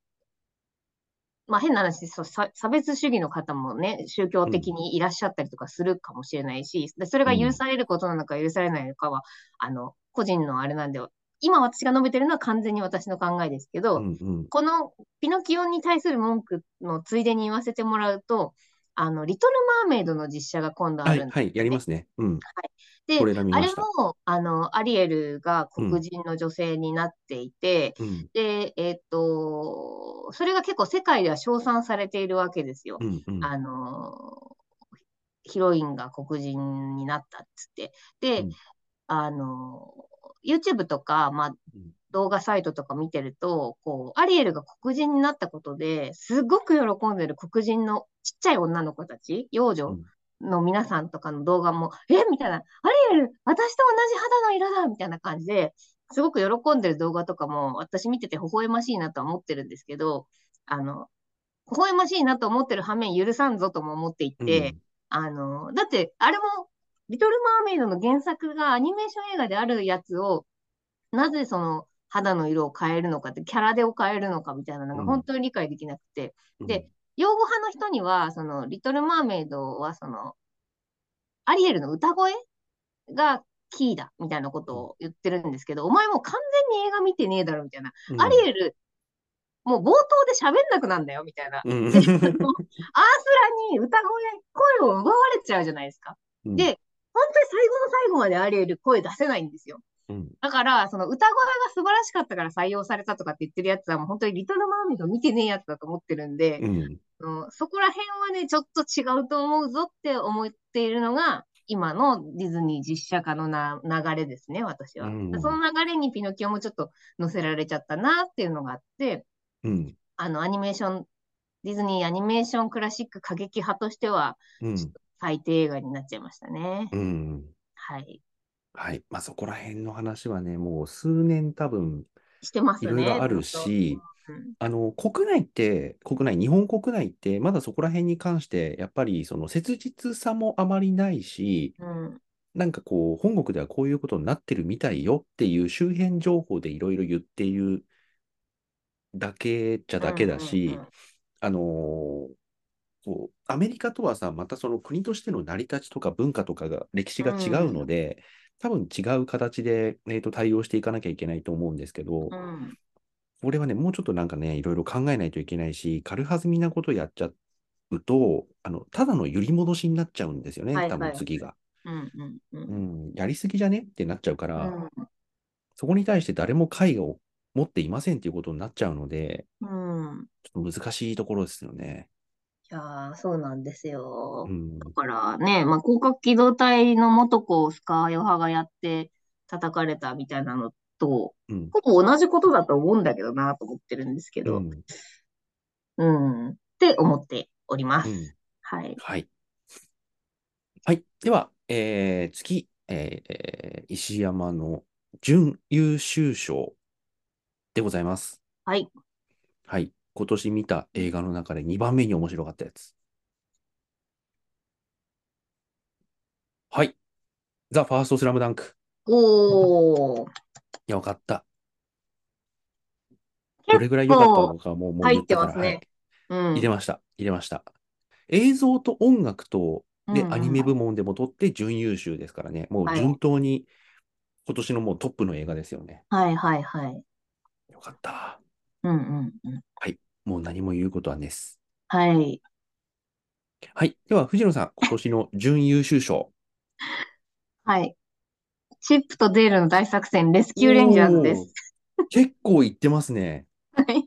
まあ、変な話そうさ差別主義の方もね、宗教的にいらっしゃったりとかするかもしれないし、で、それが許されることなのか許されないのかは、あの、個人のあれなんで、今私が述べてるのは完全に私の考えですけど、
うんうん
このピノキオに対する文句のついでに言わせてもらうと、あの、リトル・マーメイドの実写が今度あ
は
る
い、
んで、
はい、やりますね。うん。
で
これら見
あ
ま
れ
した。
も、あの、アリエルが黒人の女性になっていて、
うん、
で、えっと、それが結構世界では称賛されているわけですよ。
うん、うん。
あの、ヒロインが黒人になったっつって。で、
うん
あの、YouTube とか、まあ
うん、
動画サイトとか見てると、こう、アリエルが黒人になったことで、すごく喜んでる黒人のちっちゃい女の子たち、幼女の皆さんとかの動画も、えみたいな、アリエル、私と同じ肌の色だみたいな感じで、すごく喜んでる動画とかも、私見てて微笑ましいなとは思ってるんですけど、あの、微笑ましいなと思ってる反面、許さんぞとも思っていて、あの、だって、あれも、リトル・マーメイドの原作がアニメーション映画であるやつを、なぜその肌の色を変えるのかって、キャラでを変えるのかみたいなのが
うん
本当に理解できなくて、
うん、
で擁護派の人には、その、リトル・マーメイドは、その、アリエルの歌声がキーだ、みたいなことを言ってるんですけど、お前もう完全に映画見てねえだろ、みたいな。
うん、
アリエル、もう冒頭で喋んなくなんだよ、みたいな。
うん、
であのアースラに歌声、声を奪われちゃうじゃないですか。
うん
で本当に最後の最後までアリエル声出せないんですよ。
うん
だから、その歌声が素晴らしかったから採用されたとかって言ってるやつは、もう本当にリトル・マーメイド見てねえやつだと思ってるんで、
うん、
あのそこら辺はね、ちょっと違うと思うぞって思っているのが、今のディズニー実写化のな流れですね、私は。
うん
その流れにピノキオもちょっと乗せられちゃったなっていうのがあって、
うん、
あの、アニメーション、ディズニーアニメーションクラシック過激派としては、
うん、
最低映画になっちゃいましたね。
うん。
はい。
はい。まあ、そこら辺の話はね、もう数年多分、
してます
い
よ
ろい
ね。
ろある
ずっと
し、
うん
あの、国内って、国内、日本国内って、まだそこら辺に関して、やっぱり、その、切実さもあまりないし、
うん。
なんかこう、本国ではこういうことになってるみたいよっていう周辺情報でいろいろ言っているだけじゃだけだし、
うんうんうん
あのーこうアメリカとはさ、またその国としての成り立ちとか文化とかが、歴史が違うので、多分違う形で、えーと対応していかなきゃいけないと思うんですけど、
うん
俺はね、もうちょっとなんかね、いろいろ考えないといけないし、軽はずみなことやっちゃうと、あの、ただの揺り戻しになっちゃうんですよね、
はい
多
は
分
い
次が。
うんうんうん
う
うん
ん、やりすぎじゃねってなっちゃうから、
う
そこに対して誰も解を持っていませんということになっちゃうので、
んうん
ちょっと難しいところですよね。
いやーそうなんですよ
う。ん、
だからね、まあ、広角機動隊の元子をスカーヨハがやって叩かれたみたいなのと、
うん、
ほぼ同じことだと思うんだけどなと思ってるんですけ
う
ど、
ん、
うん、って思っておりま
う
す。
ん。
はい。
はい。はい。では、えー次、えーえー石山の準優秀賞でございます。
はい。
はい。今年見た映画の中で2番目に面白かったやつ。はい。ザ・ファースト・スラムダンク。
おー。
いや、わかった。
結
どれぐらい良かったのか、もう、もう言ったから、
入ってますね
はい。
うん。
入れました。入れました。映像と音楽と、で、
うんうん
アニメ部門でも取って準優秀ですからね。もう
はい
順当に、今年のもうトップの映画ですよね。
はいはいはい。
よかった。
うんうんうん。
もう何も言うことはねです。
はい。
はい。では、藤野さん、今年の準優秀 賞。
はい。チップとデールの大作戦、レスキューレンジャーズです。
おー。結構言ってますね。
はい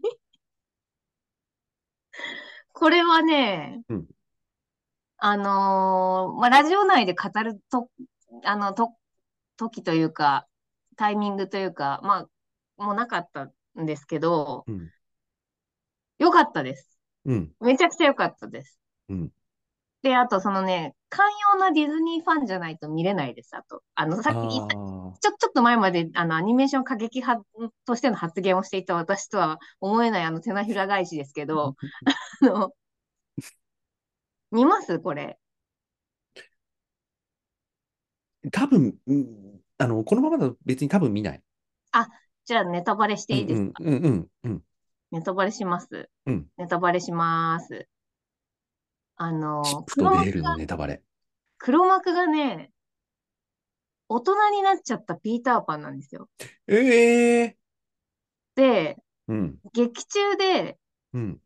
これはね
うん、
あのーまあ、ラジオ内で語ると、あの、と、時というか、タイミングというか、まあ、もうなかったんですけど
うん、
良かったです。
うん。
めちゃくちゃ良かったです
うん。
で、あと、そのね、寛容なディズニーファンじゃないと見れないです、あと。あの、さっき言っ
あ
ちょ、ちょっと前まで、あの、アニメーション過激派としての発言をしていた私とは思えない、あの、手なひら返しですけど、あの、見ますこれ。
ー多分、うんあの、このままだと別に多分見ない。
じゃあ、ネタバレしていいですか、
うんうんうんうんうん。
ネタバレします。
うん
ネタバレします。あの
チッ、プと
黒
デ
幕
ール
が、
のネタバレ。
黒幕がね、大人になっちゃったピーターパンなんですよ。
ええ
で、
うん、
劇中で、
うん、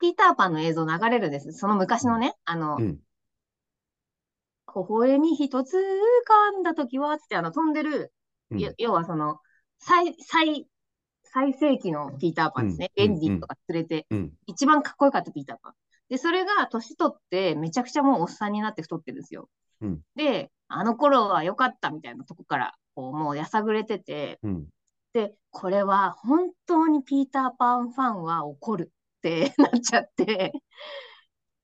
ピーターパンの映像流れるんです。その昔のね、あの、
う
微
ん。
笑み一つ浮かんだ時は、つってあの飛んでる、
うん
よ要はその、最、最、最盛期のピーターパンですね。
うん
ベンディとか連れて、
うん、
一番かっこよかったピーターパン。で、それが年取って、めちゃくちゃもうおっさんになって太ってるんですよ。
うん
で、あの頃は良かったみたいなとこから、こう、もうやさぐれてて、
うん。
で、これは本当にピーターパンファンは怒るって なっちゃって、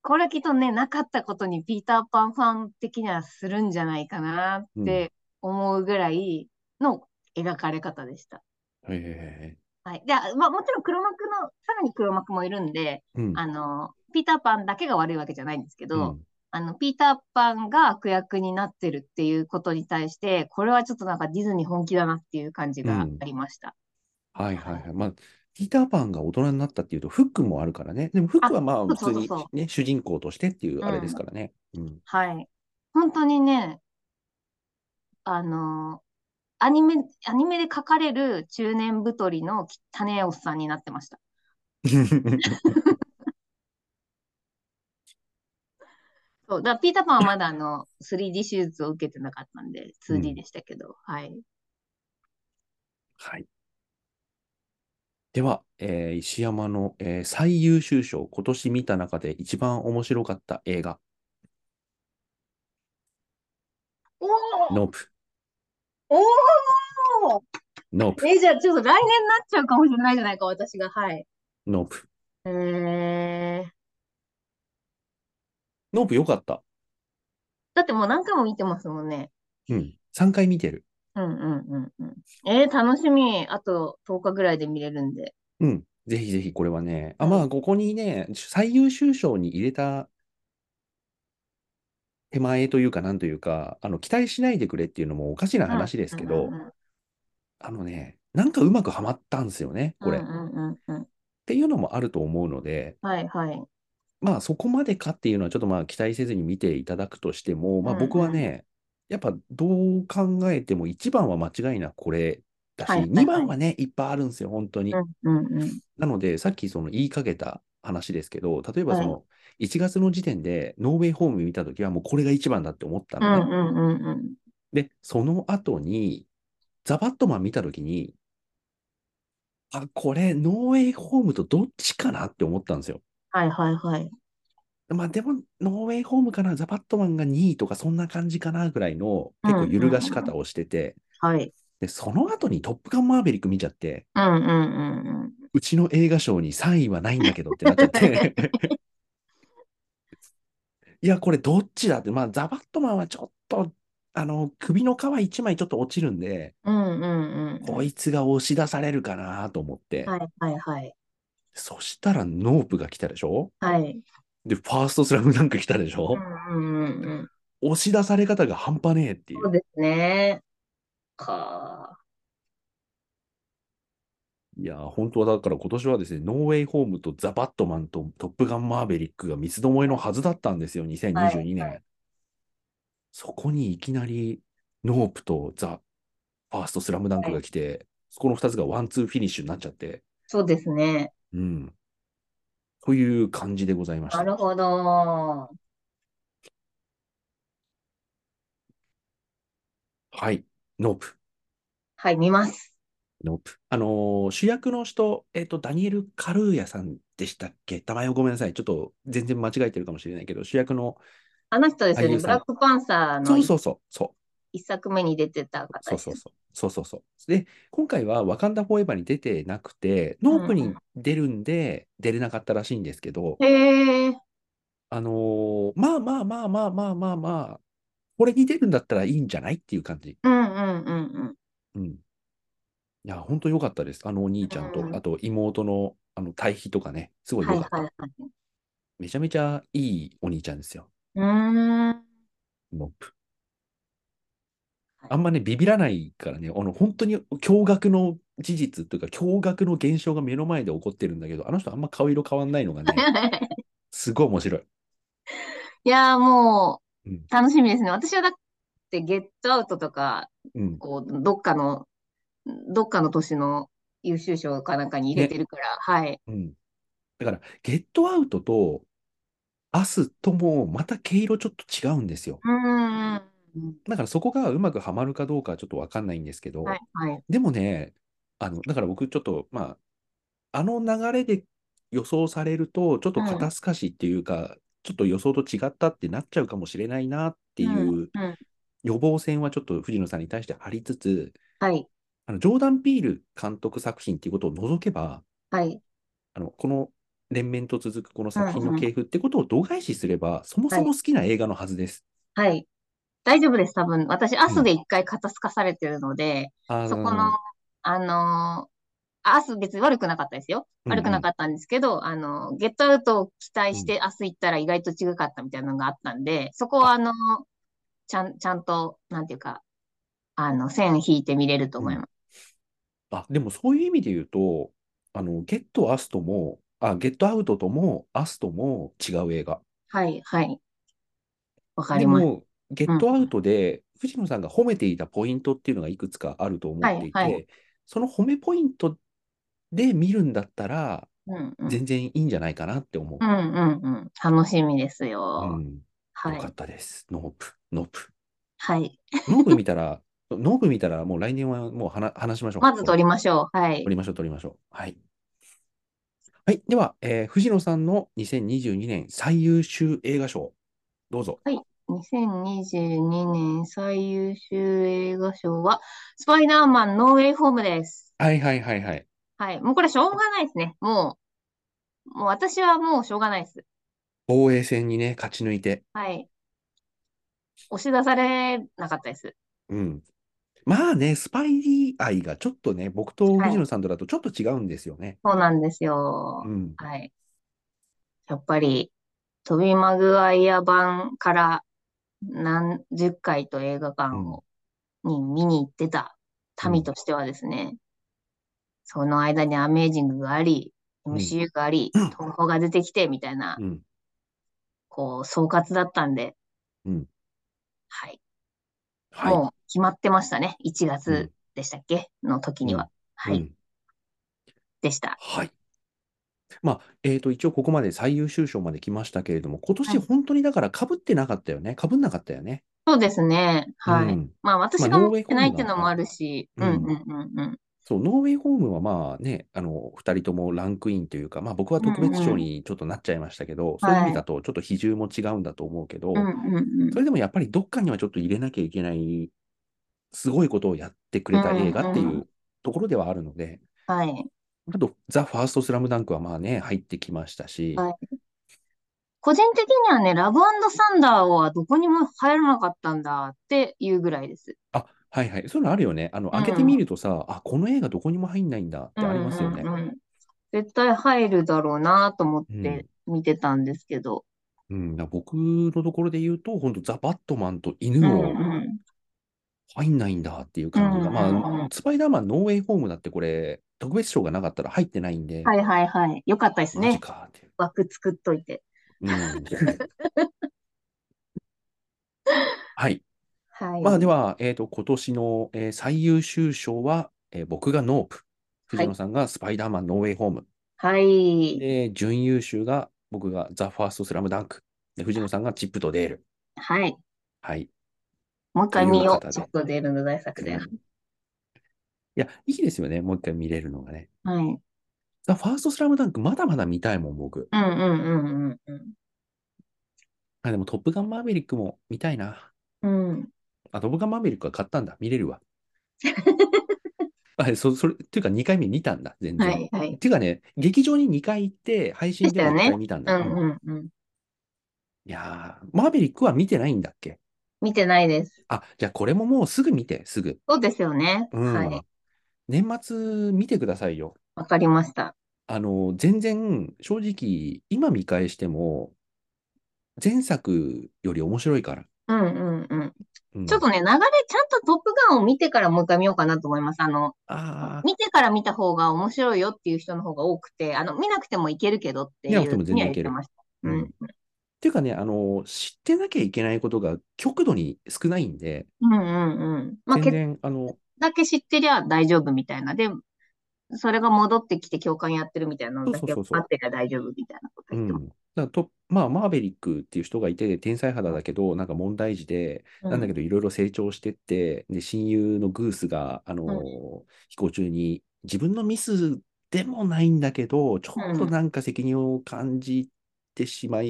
これきっとね、なかったことにピーターパンファン的にはするんじゃないかなって思うぐらいの描かれ方でした。
ええ
はい。で、あまあもちろん黒幕の、さらに黒幕もいるんで、
うん、
あの、ピーターパンだけが悪いわけじゃないんですけ
う
ど、
ん、
あの、ピーターパンが悪役になってるっていうことに対して、これはちょっとなんかディズニー本気だなっていう感じがありました。
はいはいはい。まあ、ピーターパンが大人になったっていうと、フックもあるからね。でも、フックはまあ、
そ
普
う
通
そうそう
に
そ
ね、主人公としてっていうあれですからね。 うん。
はい。本当にね、あの、アニメ、アニメで描かれる中年太りの汚ねえおっさんになってました。そう。だからピーターパンはまだあの、3D 手術を受けてなかったんで、
う
2D
ん
でしたけど、はい。
はい。では、えー石山の、えー最優秀賞、今年見た中で一番面白かった映画、
おー
ノープ、
お
ノープ
ー、え、じゃあちょっと来年になっちゃうかもしれないじゃないか、私が。はい。
ノープ。
えー、
ノープ良かった。
だってもう何回も見てますもんね。
うん。3回見てる。
うんうんうんうん。えー、楽しみ。あと10日ぐらいで見れるんで。
うん。ぜひぜひこれはね、あ、まあ、ここにね、最優秀賞に入れた手前というか、なんというか、あの、期待しないでくれっていうのもおかしな話ですけ
う
ど
んう、ん
あのね、なんかうまくはまったんですよね、こ
うん
れ。
う
っ
んうんうんうん。
ていうのもあると思うので、
はいはい。
まあ、そこまでかっていうのは、ちょっとまあ、期待せずに見ていただくとしても、まあ、
うんうん
僕はね、やっぱどう考えても、1番は間違いなくこれだし、
はいはい
2番はね、いっぱいあるんですよ、本当に。
うんうんうん。
なので、さっきその言いかけた話ですけど、例えば
は
そ
い
の1月の時点でノーウェイホーム見たときはもうこれが一番だって思った
う
のね。
んうんうんうん。
で、その後にザバットマン見たときに、あ、これノーウェイホームとどっちかなって思ったんですよ。
はいはいはい。
まあでも、ノーウェイホームかな、ザバットマンが2位とかそんな感じかなぐらいの結構揺るがし方をしてて、
はい。
で、その後にトップガンマーヴェリック見ちゃって、
うんうんうんうん。
うちの映画賞に3位はないんだけどってなっちゃって。 いや、これどっちだって、まあ、ザバットマンはちょっと、あの、首の皮一枚ちょっと落ちるんで、
うんうんうん。
こいつが押し出されるかなと思って、
はいはいはい。
そしたらノープが来たでしょ
はい。
で、ファーストスラムなんか来たでしょ、
うんうんうんうん。
押し出され方が半端ねえってい
そう
う。
ですね。か
いや、本当はだから今年はですね、ノーウェイホームとザバットマンとトップガンマーベリックが三つどもえのはずだったんですよ、2022年。
は
そこにいきなりノープとザ・ファーストスラムダンクが来て、そこの2つがワンツーフィニッシュになっちゃって、
そうですね。
うん。という感じでございまし
な
た。
るほど。
はい。ノープ。
はい、見ます。
ノープ。あのー主役の人、えっ、と、ダニエル・カルーヤさんでしたっけ名前をごめんなさい。ちょっと全然間違えてるかもしれないけど、主役の、
あの人ですよ
俳
ね。
優
ブ
さん
ラックパンサー
そう
の一
そうそう、そう、
一作目に出てた
そう
方です
そう
よ
そう。そうそうそう。で、今回はワカンダ・フォーエバーに出てなくて、ノープに出るんで、出れなかったらしいんですけど、
へえ。
あのーまあまあまあまあまあまあまあ、これに出るんだったらいいんじゃないっていう感じ。
うんうんうんうん。
うん。いや、本当良かったです。あのお兄ちゃんと、
うん
あと妹のあの対比とかね、すごい
は
良
い
かった。
はいはい。
めちゃめちゃいいお兄ちゃんですよ。
うーん。
ノップ。
はい
あんまね、ビビらないからね、あの、本当に驚愕の事実というか、驚愕の現象が目の前で起こってるんだけど、あの人あんま顔色変わんないのが ね、すごい面白い。
いやーも
うん
う楽しみですね。私はだってゲットアウトとか、
うん。
こう、どっかの、どっかの年の優秀賞かなんかに入れてるから、はい。
うん。だから、ゲットアウトと、アスとも、また毛色ちょっと違うんですよ。
うーん。
だからそこがうまくはまるかどうかはちょっとわかんないんですけど、
はい、はい。
でもね、あの、だから僕ちょっと、まあ、あの流れで予想されると、ちょっと
うん
肩透かしっていうか、ちょっと予想と違ったってなっちゃうかもしれないなってい
うん
う
うん
予防線はちょっと藤野さんに対して張りつつ、
はい、
あのジョーダン・ピール監督作品っていうことを除けば、
はい。
あのこの連綿と続くこの作品
うん
の
うん
系譜ってことを度外視すれば、そもそも好きな映画のはずです。
はい。大丈夫です、多分。私、アスで一回肩透かされてるので、
あ
そこの、あのーアス別に悪くなかったですよ。
うんうん
悪くなかったんですけど、あのーゲットアウトを期待してアス行ったら意外と違かったみたいなのがあったんで、そこはあのーちゃん、ちゃんと、なんていうか、あの、線引いて見れると思います。
あ、でもそういう意味で言うと、あの、ゲットアストも、あ、ゲットアウトとも、アストも違う映画。
はい、はい。わか
で
ります。
も、ゲットアウトで、藤野さんが褒めていたポイントっていうのがいくつかあると思ってい
はいは
て、その褒めポイントで見るんだったら、
うん、うん。
全然いいんじゃないかなって思う
う。ん、うん、うん。楽しみです
う
よ。
ん、
は
よか
い
っ。たです。ノープ、ノープ。
はい。
ノープ見たら、ノープ見たら、もう来年はもう話話しましょう。
まず取りましょう。はい
取。りましょう、取りましょう。はい。はい。では、えー藤野さんの2022年最優秀映画賞、どうぞ。
2022年最優秀映画賞は、スパイダーマンノーウェイホームです。
はいはいはいはい。
はい。もうこれしょうがないですね。もう、もう私はもうしょうがないです。
防衛戦にね、勝ち抜いて。
はい。押し出されなかったです。
うん。まあね、スパイディ愛がちょっとね、僕と藤野さんとだとちょっと違うんですよね。
そうなんですよ
う。ん。
はい。やっぱり、トビ・マグワイア版から何十回と映画館を、に見に行ってた民としてはですね、その間にアメージングがあり、
うん
MCU があり、
うん
東宝が出てきて、みたいな
う、ん。
こう、総括だったんで、
うん
はい。
はい。
もう決まってましたね。1
うん
月でしたっけの時には。は
う
い。
ん
でした。
はい。まあ、えっと、一応ここまで最優秀賞まで来ましたけれども、今
は
年
い
本当にだから被ってなかったよね。被んなかったよね。
そうですね。はい。
うん
まあ、私
まあ
が
ノーウ
持
ェ
っ
イ
てないっ
ホーム
ていう
だ
のもあるし、
う
うんんうんうんうん。
そう、ノーウェイホームはまあね、あの、二人ともランクインというか、まあ僕は特別賞にちょっとなっちゃいましたけど、そういう意味だとちょっと比重も違うんだと思うけど、
うんうんうん
そ。れでもやっぱりどっかにはちょっと入れなきゃいけない、すごいことをやってくれた映画って
うん
いううところではあるので、
はい。
あと、ザ・ファースト・スラムダンクはまあね、入ってきましたし、
はい個人的にはね、ラブサンダーはどこにも入らなかったんだっていうぐらいです。
あ、はいはい、そういうのあるよね。あの、開けてみるとさ、あ、この映画どこにも入んないんだってありますよね
うん。うんうん絶対入るだろうなと思って見てたんですけど。
うん、だから僕のところで言うと、本当ザ・バットマンと
う
犬
ん
を、
うん
入んないんだっていう感じが、
うんうんうん
まあ、スパイダーマンノーウェイホームだってこれ、特別賞がなかったら入ってないんで、
はいはいはい。よかったです
マジ
ね。
かっていう。
枠作っといて。
うんはい。
はい。
まあ、では、えっと、今年のえー最優秀賞は、えー僕がノープ、藤野さんがスパイダーマンノーウェイホーム、
はい。
で、準優秀が僕がザ・ファースト・スラムダンク、で、藤野さんがチップとデール。
はい。
はい。
もう一回見よ
という方
う。
で
ちょっと出るの大作
う
戦。
んいや、いいですよね。もう一回見れるのがね。
はい。うん
ザ・ファースト・スラムダンク、まだまだ見たいもん、僕。
うんうんうんうん。
あ、でもトップガンマーヴェリックも見たいな。
うん。
あ、トップガンマーヴェリックは買ったんだ。見れるわ。あ、そ、それ、っていうか2回目見たんだ、全然。
はいはい。
っていうかね、劇場に2回行って、配信でも1
でした
回
よね
見たん
う
だ。
ん
うん
うんうん。
いやー、マーヴェリックは見てないんだっけ
見てないです。
あ、じゃあこれももうすぐ見て、すぐ。
そうですよね。
うん。
はい。
年末見てくださいよ。
わかりました。
あの、全然、正直、今見返しても、前作より面白いから。
うんうんうん。
うん
ちょっとね、流れ、ちゃんとトップガンを見てからもう一回見ようかなと思います。あの、
あ
見てから見た方が面白いよっていう人の方が多くて、あの、見なくてもいけるけどって
見
い
なくて
う
も
ふう
全
には
然い
言っ
け
て
る
ました。
ー、
う
うんん。ていうかね、あの、知ってなきゃいけないことが極度に少ないんで、
うんうんうん。まあ、
全
結
然、あの、
だけ知ってりゃ大丈夫みたいな。で、それが戻ってきて共感やってるみたいなのだけ
そうそうそうそう
待ってりゃ大丈夫みたいなこ
う
と言ってま
ん。だからと、まあ、マーベリックっていう人がいて、天才肌だけど、なんか問題児で、
す。
なんだけど、いろいろ成長してって、で、親友のグースが、あの
うん
飛行中に、自分のミスでもないんだけど、ちょっとなんか責任を感じてしまう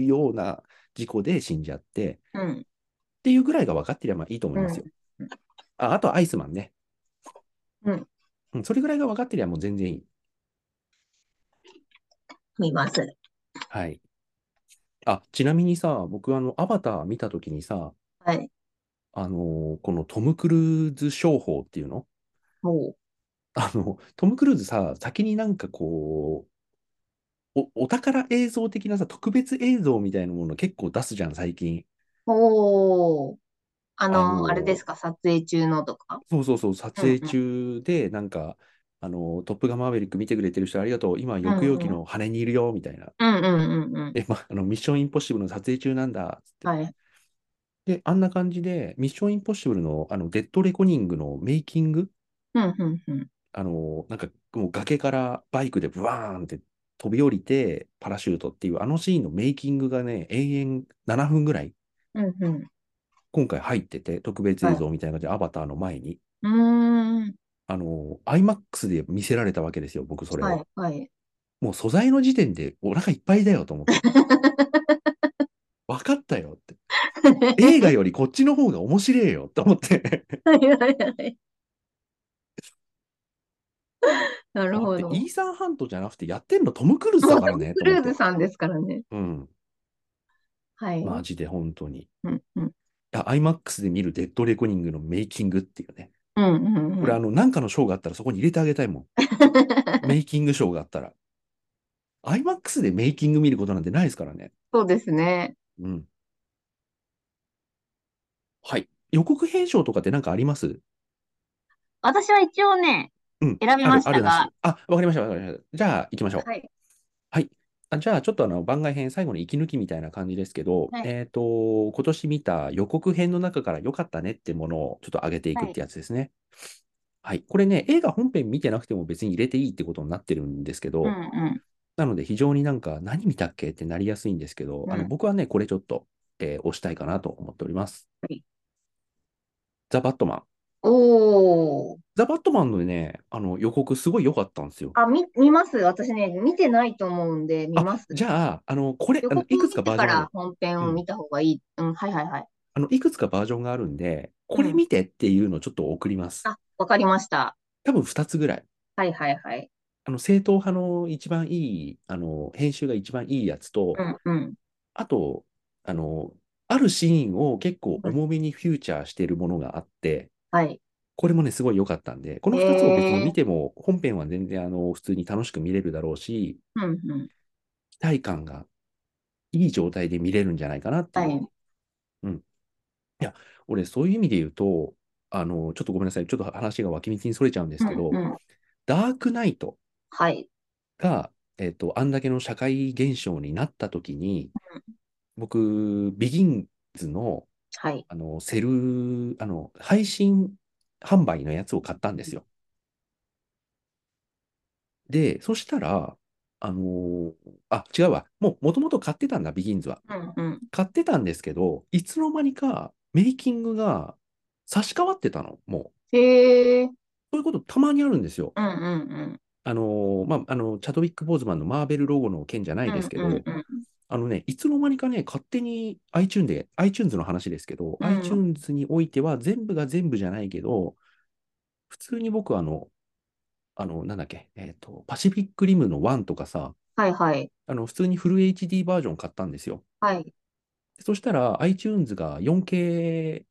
ような事故で死んじゃって、
うん。うん。
っていうぐらいが分かってればいいと思いますよ。
うん
あ、あとはアイスマンね。
うん
うん。それぐらいが分かってりゃもう全然いい。
見ます。
はい。あ、ちなみにさ、僕あの、アバター見たときにさ、
はい。
あの、このトム・クルーズ商法っていうの
も
あの、トム・クルーズさ、先になんかこう、お、お宝映像的なさ、特別映像みたいなもの結構出すじゃん、最近。
う、おー。あの、
あのー
あれですか、撮影中のとか。
そうそうそう、撮影中で、なんか、あの、トップガンマーヴェリック見てくれてる人ありがとう、今、抑揚機の羽にいるよ、みたいな。
うんうんうんうん。
え、ま、あの、ミッション・インポッシブルの撮影中なんだ、つって。
はい。
で、あんな感じで、ミッションインポッシブルの、あの、デッドレコニングのメイキング、
うんうんうん。
あの、なんか、もう崖からバイクでブワーンって飛び降りて、パラシュートっていう、あのシーンのメイキングがね、延々7分ぐらい、
うんうん。
今回入ってて、特別映像みたいな感じで、アバターの前に、
うーん。
あの、IMAX で見せられたわけですよ、僕それを。
はい、はい。
もう素材の時点でお腹いっぱいだよと思って。分かったよって。映画よりこっちの方が面白いよと思って。
はいはいはい。 なるほ
だっ
ど。
てイーサン・ハントじゃなくて、やってんのトム・クルーズだからね。
クルーズ
と
さんですからね。
思って
は
う
い。
ん。マジで本当に。い
うんうん
や、IMAX で見るデッドレコニングのメイキングっていうね。
うんうん
これ、あの、なんかのショーがあったらそこに入れてあげたい もん。メイキングショーがあったら。IMAX でメイキング見ることなんてないですからね。
そうですね。
うん。はい。予告編集とかってなんかあります
私は一応ね、
うん。
選びました
ある、あるな
が
し。あ、わかりました、わかりました。じゃあ、行きましょう。
はい。
あじゃあ、ちょっとあの番外編、最後の息抜きみたいな感じですけど、
はい
えっと、今年見た予告編の中から良かったねってものをちょっと上げていくってやつですね。はい、これね、映画本編見てなくても別に入れていいってことになってるんですけど、
うんうん。
なので非常になんか何見たっけってなりやすいんですけど、あ
う
の
ん
僕はね、これちょっと、えー押したいかなと思っております。
はい
ザ・バットマン。
おー。
ザ・バットマンのね、あの予告すごい良かったんですよ。
あ、み、見ます。私ね、見てないと思うんで、見ます。
じゃあ、あの、これ、
予
あの
告
い
を
くつか
見
バ
て
ージョ
か
ンある
ら。本編を見た方がいい。うん、はいはいはい。
あの、いくつかバージョンがあるんで、これ見てっていうのをちょっと送ります。
あ、わかりました。
多分2つぐらい。
はいはいはい。
あの、正統派の一番いい、あの、編集が一番いいやつと
う、んうん。
あと、あの、あるシーンを結構重めにフューチャーしてるものがあって、
はい。
これもね、すごい良かったんで、この2つを別に見ても、本編は全然、あの、普通に楽しく見れるだろうし、
うんうん。
期待感がいい状態で見れるんじゃないかなっていう
はい。
俺、そういう意味で言うと、あの、ちょっとごめんなさい。ちょっと話が脇道にそれちゃうんですけど、
うんうん。
ダークナイト
はい。
が、えっと、あんだけの社会現象になった時に、僕、ビギンズの、
はい。
あの、セル、あの、配信販売のやつを買ったんですよ。で、そしたら、あのあ、違うわ。もう、もともと買ってたんだ、ビギンズは。
うんうん。
買ってたんですけど、いつの間にか、メイキングが差し替わってたの、もう。
へえ。
そういうことたまにあるんですよ。
うんうんうん。
あのーまあ、あの、チャドウィック・ボーズマンのマーベルロゴの件じゃないですけど、
うんうんうん
あのね、いつの間にかね、勝手に iTunes で、iTunes の話ですけど、
うん
iTunes においては全部が全部じゃないけど、普通に僕あの、あの、なんだっけ、えっ、と、パシフィックリムの1とかさ、
はいはい。
あの、普通にフル HD バージョン買ったんですよ。
はい。
そしたら iTunes が 4K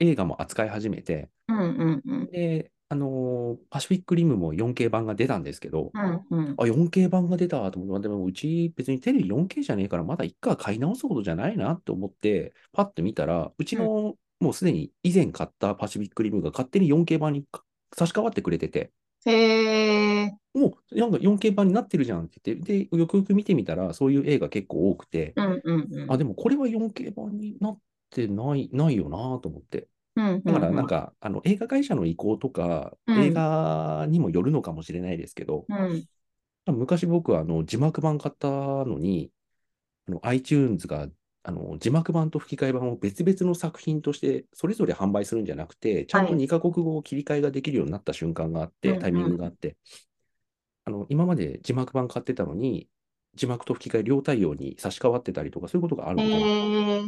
映画も扱い始めて、
うんうんうん。
で、あのーパシフィックリムも 4K 版が出たんですけど、
うんうん。
あ、4K 版が出たと思って、でもうち別にテレビ 4K じゃねえから、まだ一回買い直すほどじゃないなと思って、パッて見たら、うちのもうすでに以前買ったパシフィックリムが勝手に 4K 版にか差し替わってくれてて、
へえ。
もう、なんか 4K 版になってるじゃんって言って、で、よくよく見てみたら、そういう映画結構多くて、
うんうんうん。
あ、でもこれは 4K 版になってない、ないよなと思って。
うん
だから、なん、か、あの、映画会社の意向とか、
うん
映画にもよるのかもしれないですけど、
うんうん。
昔僕はあの字幕版買ったのに、あの iTunes があの字幕版と吹き替え版を別々の作品としてそれぞれ販売するんじゃなくて、ちゃんと
はい
2カ国語を切り替えができるようになった瞬間があっ
うん
て、
うん
タイミングがあって、あの今まで字幕版買ってたのに、字幕と吹き替え両対応に差し替わってたりとか、そういうことがあるのかな。
へえ。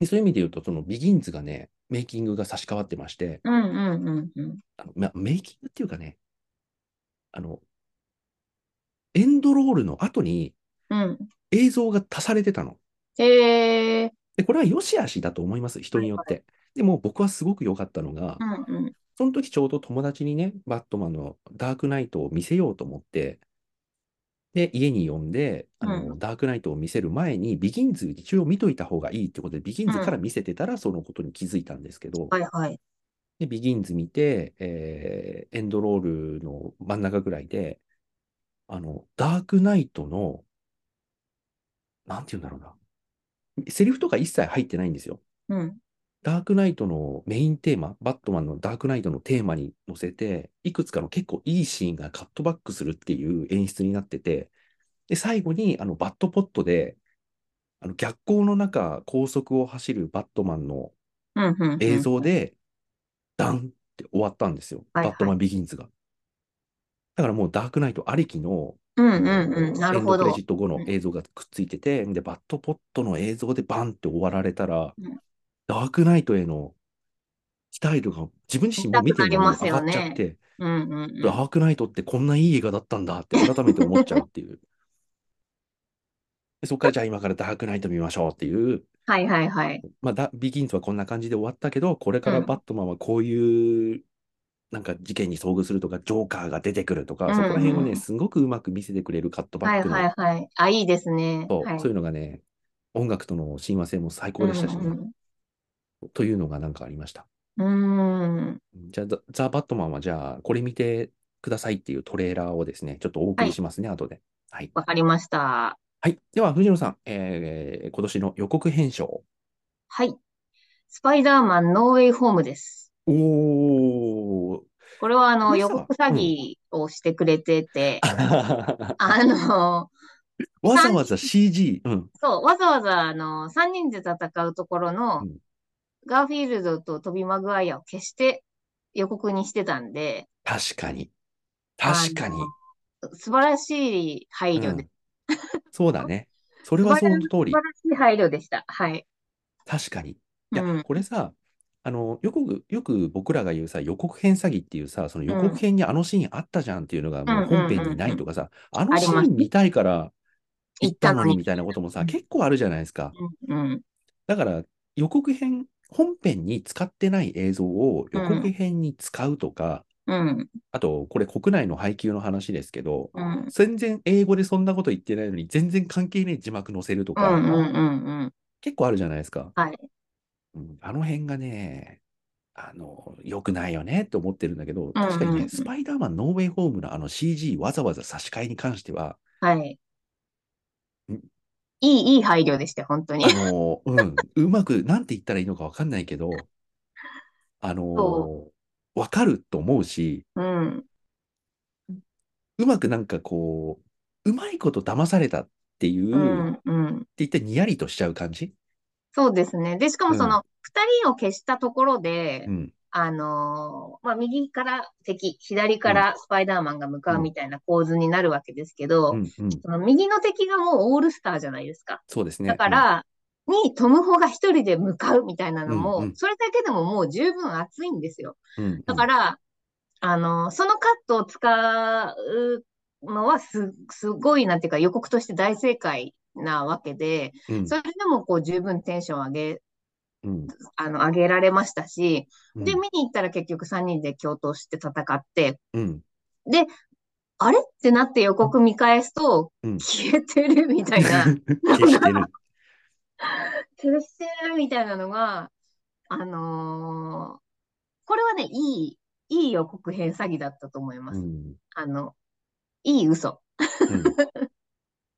でそういう意味で言うと、そのビギンズがね、メイキングが差し替わってまして、
うんうんうんうん。
あのまメイキングっていうかね、あの、エンドロールの後に、
うん。
映像が足されてたの。
へえ。
で、これは良し悪しだと思います、人によって。でも僕はすごく良かったのが
う、んうん。
その時ちょうど友達にね、バットマンのダークナイトを見せようと思って、で、家に呼んで、あの、ダークナイトを見せる前に、ビギンズ一応見といた方がいいってことで、ビギンズから見せてたら、そのことに気づいたんですけど、
はいはい。
で、ビギンズ見て、えーエンドロールの真ん中ぐらいで、あの、ダークナイトの、なんて言うんだろうな。セリフとか一切入ってないんですよ。
うん。
ダークナイトのメインテーマ、バットマンのダークナイトのテーマに乗せて、いくつかの結構いいシーンがカットバックするっていう演出になってて、で、最後に、あの、バットポットで、あの、逆光の中、高速を走るバットマンの
うんうんうん。
映像で、ダンって終わったんですよ。
はいはい
バットマンビギンズが。だからもうダークナイトありきの、
うん
あ
う
の
んうん。なるほ
エンドク
ど
レジ。ット後の映像がくっついてて、で、バットポットの映像でバンって終わられたら、
うん
ダークナイトへの期待度が自分自身も見てるのに上がっちゃっ
見たくなります
て、
うんうんうん。
ダークナイトってこんないい映画だったんだって改めて思っちゃうっていう。 でそっからじゃあ今からダークナイト見ましょうっていう
はいはいはい。
まあ、だビギンズはこんな感じで終わったけど、これから
うん
バットマンはこういう、なんか事件に遭遇するとか、ジョーカーが出てくるとか、
うん
そこら辺をね、
うん
すごくうまく見せてくれるカットバ
は
ッ
い
クの、
はいはい。あ、いいですね。
そう
はい。
そういうのがね、音楽との親和性も最高でしたしね、
うん
というのがなんかありました。
うん。うん。
じゃあ、ザ・ザバットマンはじゃあ、これ見てくださいっていうトレーラーをですね、ちょっとお送りしますね、後で。はい。
わかりました。
はい。では、藤野さん、えー今年の予告編集を。
はい。スパイダーマンノーウェイホームです。
おー。
これはあ
こ
の
れ
予
さ
告詐欺をしてくれてて、
わ
あの、
ざわざ CG。うん。
そう、わざわざあの3人で戦うところの
うん
ガーフィールドとトビ・マグワイアを消して予告にしてたんで、
確かに。確かに。
素晴らしい配慮で、
うんそうだ ね。それはその通り
素晴。らしい配慮でした。はい。
確かに。いうや、
ん、
これさ、あの、よく、よく僕らが言うさ、予告編詐欺っていうさ、その予告編にあのシーンあったじゃんっていうのが、もう本編にないとかさ、あのシーン見たいから
うん
行ったのに
行ったのに
みたいなことも
う
さ、
ん
結構あるじゃないですか。
うん、
だから、予告編、本編に使ってない映像を予告編に使うとか、
うん、
あと、これ国内の配給の話ですけど、
うん。
全然英語でそんなこと言ってないのに、全然関係ねえ字幕載せると
うん
か、
うんうんうん。
結構あるじゃないですか。
はい。
うんあの辺がね、あの、良くないよねって思ってるんだけど、
うんうん
確かにね、スパイダーマンノーウェイホームのあの CG わざわざ差し替えに関しては、
はい。
ん
いい、いい配慮でした、本当に
あ。 の、うん、うまく、なんて言ったらいいのかわかんないけど、あの
そ、
わかると思うし、
うん。
うまくなんかこう、うまいこと騙されたっていう、
う
って
ん、うん。
言ってにやりとしちゃう感じ
そうですね。で、しかもそ
うん
の、二人を消したところで
う、ん。
あのーまあ、右から敵、左からスパイダーマンが向かうみたいな構図になるわけですけど
う、ん、うん。
その右の敵がもうオールスターじゃないですか。
そうですね。
だから、にトム・ホが一人で向かうみたいなの
うん
も
う、ん
それだけでももう十分熱いんですよ。
うん、うん、
だから、あの、そのカットを使うのはす、すごい、なんていうか予告として大正解なわけで、
うん、
それでもこう十分テンション上げ、
うん、
あの、上げられましたし、
うん、
で、見に行ったら結局3人で共闘して戦って、
うん、
あれってなって予告見返すと、
うん
消えてるみたいな、
消してる。
消してるみたいなのが、あのーこれはね、いい、いい予告編詐欺だったと思いま
う
す。
ん
あの、いい嘘。
うん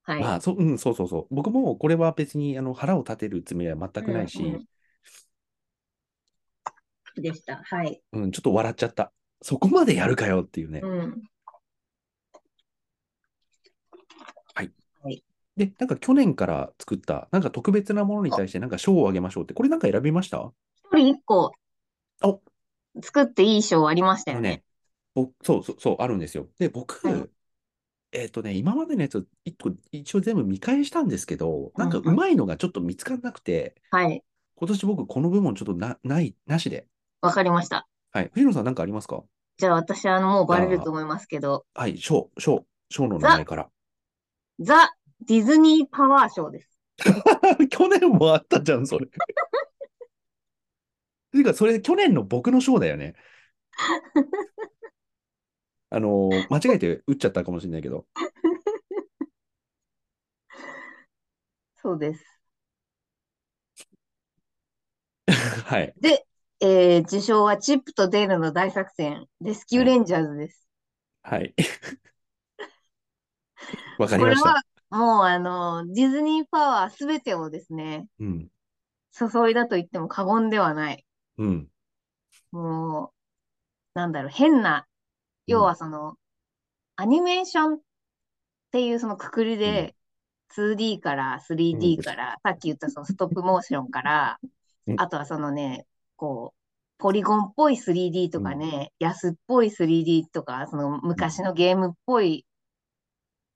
はい。
まあ、そうん、そうそうそう。僕もこれは別にあの腹を立てるつもりは全くないし、
うんでした。はい。
うん、ちょっと笑っちゃった。そこまでやるかよっていうね。
うん。
で、なんか去年から作った、なんか特別なものに対してなんか賞をあげましょうって、これなんか選びました
一人一個
お
作っていい賞ありました
あ
よ
の
ね。
ね、僕、そうそう、そう、あるんですよ。で、僕、
はい
えっとね、今までのやつ、一個、一応全部見返したんですけど、なんか
うん
うまいのがちょっと見つからなくて、
はい。
今年僕、この部門ちょっとな、ない、なしで。
わかりました。
はい。藤野さんなんかありますか
じゃあ私、あの、もうバレると思いますけど、
はい、賞、賞、賞の名前から。
ザ・ディズニーパワー賞です。
去年もあ ったじゃん、 それ。ていうか、それ、去年の僕の賞だよ ね。あのー、間違えて打っちゃったかもしれないけど。
そうです。
はい。
えー、受賞はチップとデールの大作戦、レスキューレンジャーズです。
はい。 わかり
こ
ま
れ
した。
は、もう、あの、ディズニーパワーすべてをですね、
うん。
注いだと言っても過言ではない。
うん。
もう、なんだろう、変な、要はその、アニメーションっていうそのくくりで、2D から 3D から、さっき言ったそのストップモーションから
う、ん
あとはそのね、こう、ポリゴンっぽい 3D とかね、安っぽい 3D とか、その昔のゲームっぽい、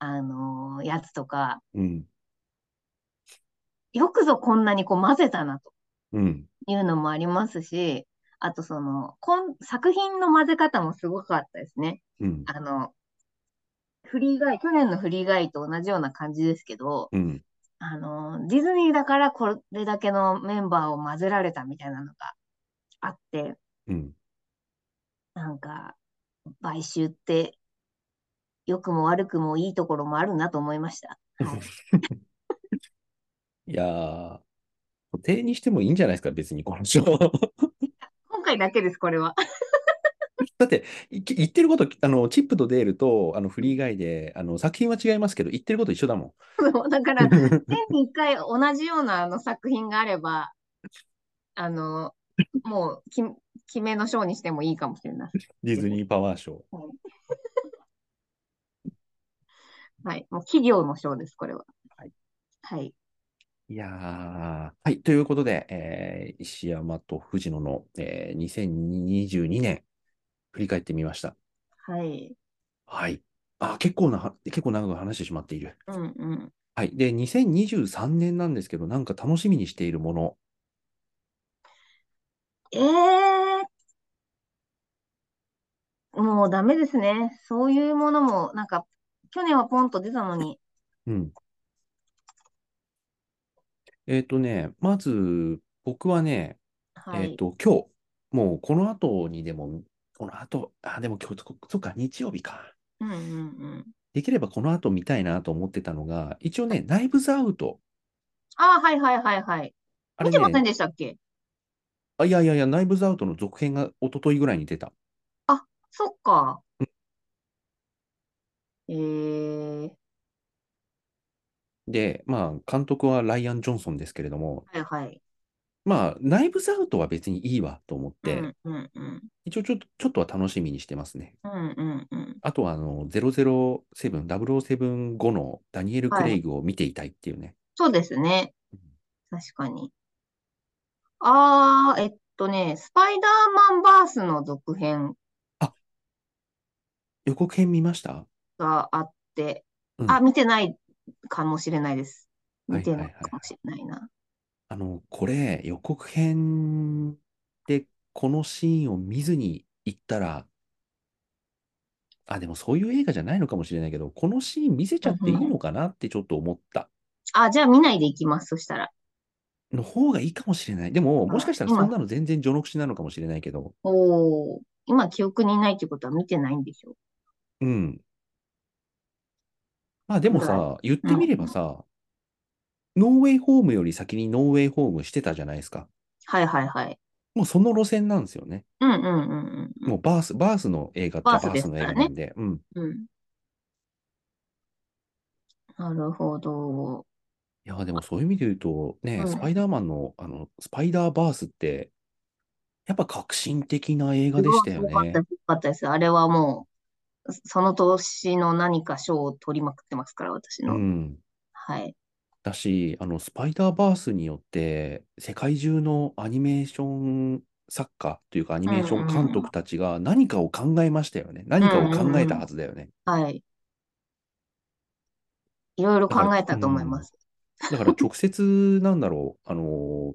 あのーやつとか、
うん。
よくぞこんなにこう混ぜたなと
うん。
いうのもありますし、あとその、こん作品の混ぜ方もすごかったですね。
うん。
あの、フリーガイ、去年のフリーガイと同じような感じですけど、
うん。
あの、ディズニーだからこれだけのメンバーを混ぜられたみたいなのがあって、
うん。
なんか、買収って良くも悪くもいいところもあるなと思いました。はい、
いやー、固定にしてもいいんじゃないですか、別にこの賞。
今回だけです、これ は。
だって、い言ってること、あの、チップとデールと、あの、フリー以外で、あの、作品は違いますけど、言ってること一緒だもん。
だから、年に一回同じようなあの作品があれば、あの、もうき、決めの賞にしてもいいかもしれない。
ディズニーパワーショー。
はい。もう企業の賞です、これは。
はい。
はい。
いやー、はい。ということで、えー石山と藤野の、えー2022年、振り返ってみました。
はい。
はい。あ、結構な、結構長く話してしまっている。
うんうん。
はい。で、2023年なんですけど、なんか楽しみにしているもの。
ええもうダメですね。そういうものも、なんか、去年はポンと出たのに、
うん。えっとね、まず、僕はね、
は
えっ
い。
と、今日、もうこの後にでも、この後、あ、でも今日、そっか、日曜日か。
うんうんうん。
できればこの後見たいなと思ってたのが、一応ね、ナイブズアウト。
ああ、はいはいはいはい。
あ
見
れ
てません
ね、
でしたっけ
あ、いやいやいや、ナイブズアウトの続編が一昨日ぐらいに出た。
そっか。ええ
で、まあ、監督はライアン・ジョンソンですけれども、
はいはい。
まあ、ナイブズアウトは別にいいわと思っ
う
て、
んうんうん。
一応ちょっと、ちょっとは楽しみにしてますね。
うんうんうん。
あとは、あの、007、007後のダニエル・
はい
クレイグを見ていたいっていうね。
そうですね
うん。
確かに。ああ、えっとね、スパイダーマンバースの続編
予告編見ました
があって、
うん
あ、見てないかもしれないです。
はい
見てない
はいはい
かもしれないな。
あの、これ、予告編でこのシーンを見ずに行ったら、あ、でもそういう映画じゃないのかもしれないけど、このシーン見せちゃっていいのかなってちょっと思った。
あ、じゃあ見ないでいきます、そしたら。
の方がいいかもしれない。でも、もしかしたらそんなの全然序の口なのかもしれないけど、
おお、今記憶にないってことは見てないんでしょ
うん。まあでもさ、言ってみればさ、ノーウェイホームより先にノーウェイホームしてたじゃないですか。
はいはいはい。
もうその路線なんですよね。
うんうんうんうん。
もうバース、バースの映画って
バ
バ
ース
ー
で
ス
す
の
か
映
ら
画
ね
なんで、うん。
うん。なるほど。
いや、でもそういう意味で言うと、ね、
うん
スパイダーマンの、あの、スパイダーバースって、やっぱ革新的な映画でしたよ
すごい良か
ね
っ。た良かったです。あれはもう、その年の何か賞を取りまくってますから、私
う
の。
ん。
はい。
だし、あの、スパイダーバースによって、世界中のアニメーション作家というか、アニメーション監督たちが何かを考えましたよね。何かを考えたはずだよね。
はい。いろいろ考えたと思います。
だから直接、なんだろう、あの、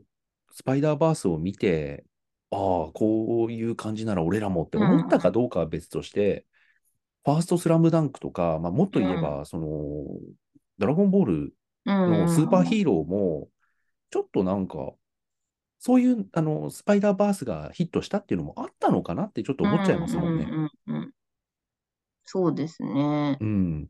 スパイダーバースを見て、ああ、こういう感じなら俺らもって思ったかどうかは別として、ファーストスラムダンクとか、まあ、もっと言えば、その、ドラゴンボール
うんうんう
の
ん
スーパーヒーローも、ちょっとなんか、そういう、あの、スパイダーバースがヒットしたっていうのもあったのかなってちょっと思っちゃいますもんね。
うんうんうんうんそうですね。
うん。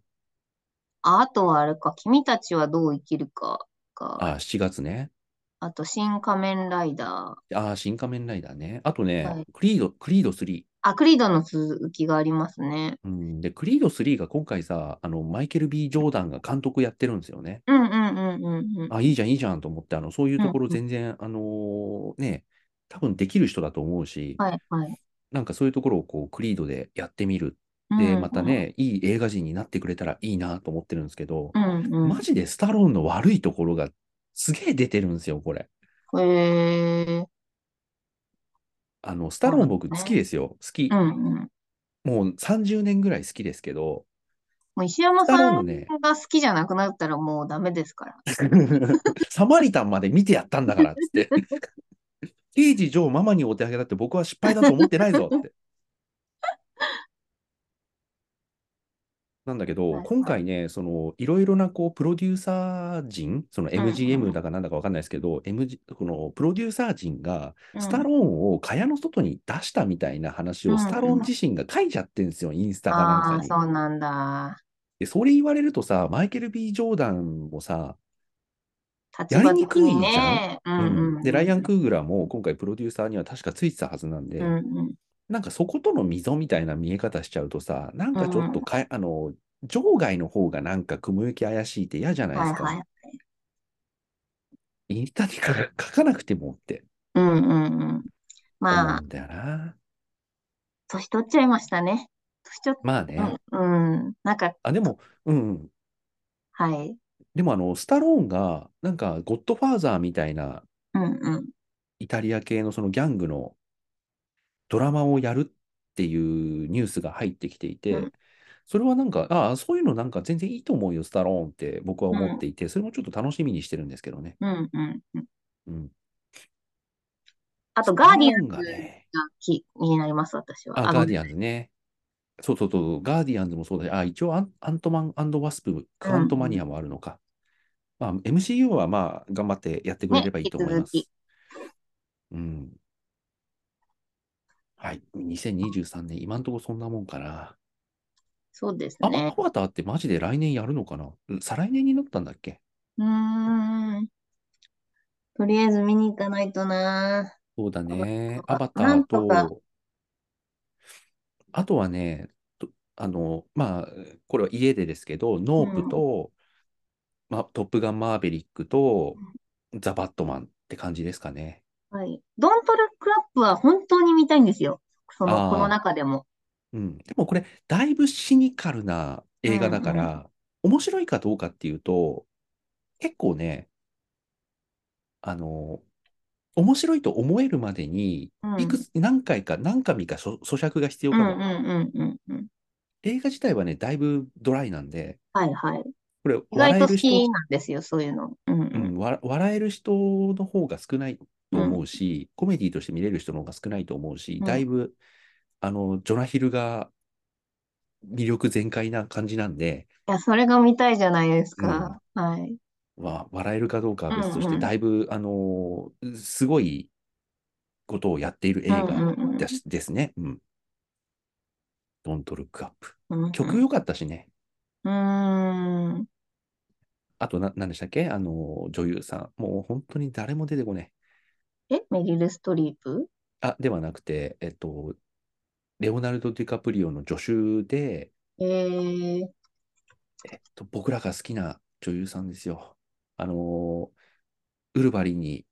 あ、あとはあれか、君たちはどう生きるかか、
あ、7月ね。
あと、新仮面ライダー。
あ、新仮面ライダーね。あとね、
はい
クリード、クリード3。
あ、クリードの続きがありますね。
うん。で、クリード3が今回さ、あの、マイケル・ B ・ジョーダンが監督やってるんですよね。
うんうんうんうんうん。
あ、いいじゃん、いいじゃんと思って、あの、そういうところ
うんう
全然、あのーね、多分できる人だと思うし、
はいはい。
なんかそういうところをこう、クリードでやってみる。
うん
で、
うん
また。ね、いい映画人になってくれたらいいなと思ってるんですけど、
うんうん
マ。ジでスタローンの悪いところがすげえ出てるんですよ、これ。
へえ。
あの、スタローン僕
そう
好
だね
きですよ。好き
う。んうん。
もう30年ぐらい好きですけど、
もう石山
スタロー
さ
ンの
ん
ね、
が好きじゃなくなったらもうダメですから。
サマリタンまで見てやったんだからっつっ て。刑事ジョーママにお手上げだって僕は失敗だと思ってないぞって。なんだけど、
はい
今回ね、そのいろいろなこうプロデューサー陣、その
ん
MGM だかなんだかわかんないですけど、MG、このプロデューサー陣が、スタ
ー
ローンを蚊帳の外に出したみたいな話
うん
をスタローン自身が書いちゃってんですよ、インスタかなん
あ
か
あー、
に。
そうなんだ。
で、それ言われるとさ、マイケル・ B ・ジョーダンもさ、
立場
やりに
的
くいじゃ
に
ん
ね。う
うん
んうん。
で、ライアン・クーグラーも今回プロデューサーには確かついてたはずなんで、
うんうん。
なんかそことの溝みたいな見え方しちゃうとさ、なんかちょっとか、あの、場外の方がなんか雲行き怪しいって嫌じゃないで
はい
すか。
はい。
インスタに書か書かなくてもって
うんうんうん。ま
思う
あ、
んだよな。
年取っちゃいましたね。年取っ、
まあね。
うん、うん。なんか、
あ、でも、うんうん。
はい。
でもあの、スタローンが、なんか、ゴッドファーザーみたいな、
うんうん。
イタリア系のそのギャングのドラマをやるっていうニュースが入ってきていて、
うん
それはなんか、ああ、そういうのなんか全然いいと思うよ、スタローンって僕は思っていて、それもちょっと楽しみにしてるんですけどね。
うんうんうん。
うん。
あと、
ス
ガ
タ
ー
ロ
ディア
ーン
ン
が
ズ
ね、
が気気になります、私は。
あ、
あ
ガ
の
ーディアンズね。そうそうそう、ガーディアンズもそうだし、あ、一応アン、アントマンワスプ、クアントマニアもあるのか。まあ、MCU はまあ、頑張ってやってくれればいいと思いま
ね
す
引き。
うん。はい。2023年、今んとこそんなもんかな。
そうです
あ、
ね。
アバターってマジで来年やるのかなうん再来年になったんだっけ
うーん。とりあえず見に行かないとな。
そうだね。
ア
ア
バ
バ
タ
タ
ー
ー
なん
と、あとはね、とあの、まあ、これは家でですけど、ノープと、まあ、トップガンマーベリックと、ザ・バットマンって感じですかね。
はい。ドントルックアップは本当に見たいんですよ。その、
あー
この中でも。
うん。でもこれ、だいぶシニカルな映画だから、面白いかどうかっていうと、結構ね、あの、面白いと思えるまでに、
うん。
いくつ、何回か、何回かそ咀嚼が必要
う
か
ん
も。
うんうんうんうん。
映画自体はね、だいぶドライなんで、
はいはい。
これ、
意外
笑え
と
る
好
人
き、なんですよ、そういうの。うんう。
うんん、わ笑える人の方が少ないと思うし、コメディとして見れる人の方が少ないと思うし
う、ん
だいぶ、あの、ジョナヒルが魅力全開な感じなんで、
いや、それが見たいじゃないですか。はい。
まあ、笑えるかどうかは別とし
うんう
て、
ん
だいぶ、あのーすごいことをやっている映
うん
画
うんうん
だしですね。うん。ドントルックアップ。
うんうん
曲良かったしね。
うーん。
あとな、何でしたっけあのー女優さん。もう本当に誰も出てこね
え、メリル・ストリープ
あ、ではなくて、えっと、レオナルド・ディカプリオの助手で、
えー、
えっと、僕らが好きな女優さんですよ。あのー、ウルバリンに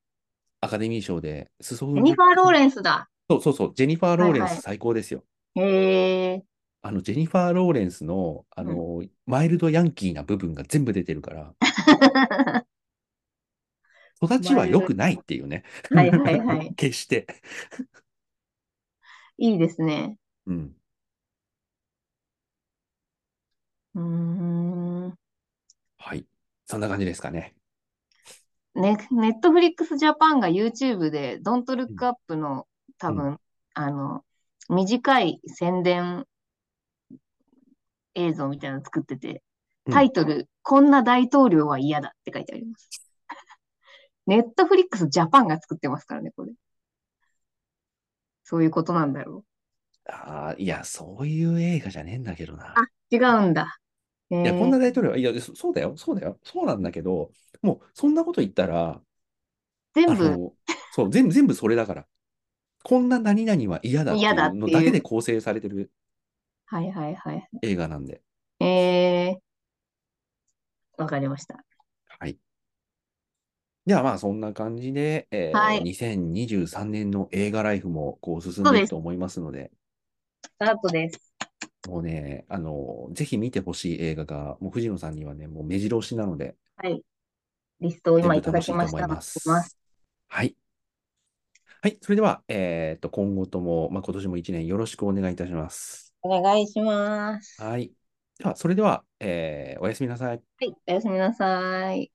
アカデミー賞で、裾
ジェニファー・ローレンスだ。
そうそうそう、ジェニファー・ローレン
はいは
ス最高ですよ。
えー、
あの、ジェニファー・ローレンスの、あのー、マイルド・ヤンキーな部分が全部出てるから、 育ちは良くないっていうね。
はいはいは い。
決して。
いいですね。
うん。
うーん。
はい。そんな感じですかね。
ね、ネットフリックスジャパンが YouTube で Don't Look Up の多分、あの、短い宣伝映像みたいなの作ってて、
うん
タイトル、こんな大統領は嫌だって書いてあります。 ネットフリックスジャパンが作ってますからね、これ。そういうことなんだろ
ああ、いや、そういう映画じゃねえんだけどな。
う。違うんだ。え
いや、
ー
こんな大統領は、いや、そそうだよ、そうだよ、そうなんだけど、もう、そんなこと言ったら、
全
あ
部、
の、そう、全部、全部それだから。こんな何々は嫌だって
嫌だ
い
っ
う
ていう
のだけで構成されてる
はいはいはい。
映画なんで。
えー、わかりました。
はい。ではまあそんな感じで、えー
はい
2023年の映画ライフもこう進んでいくと思いますので、
スタートです。
もうね、あの、ぜひ見てほしい映画が、もう藤野さんにはね、もう目白押しなので、
はい。リストを今
全
い
部
ただ
楽し
き
い
ま
と
し
思
た
いま
ので見ます
す。はい。はい。それでは、えっと、今後とも、まあ、今年も一年よろしくお願いいたします。
お願いします。
はい。では、それでは、えーおやすみなさい。
はい、おやすみなさい。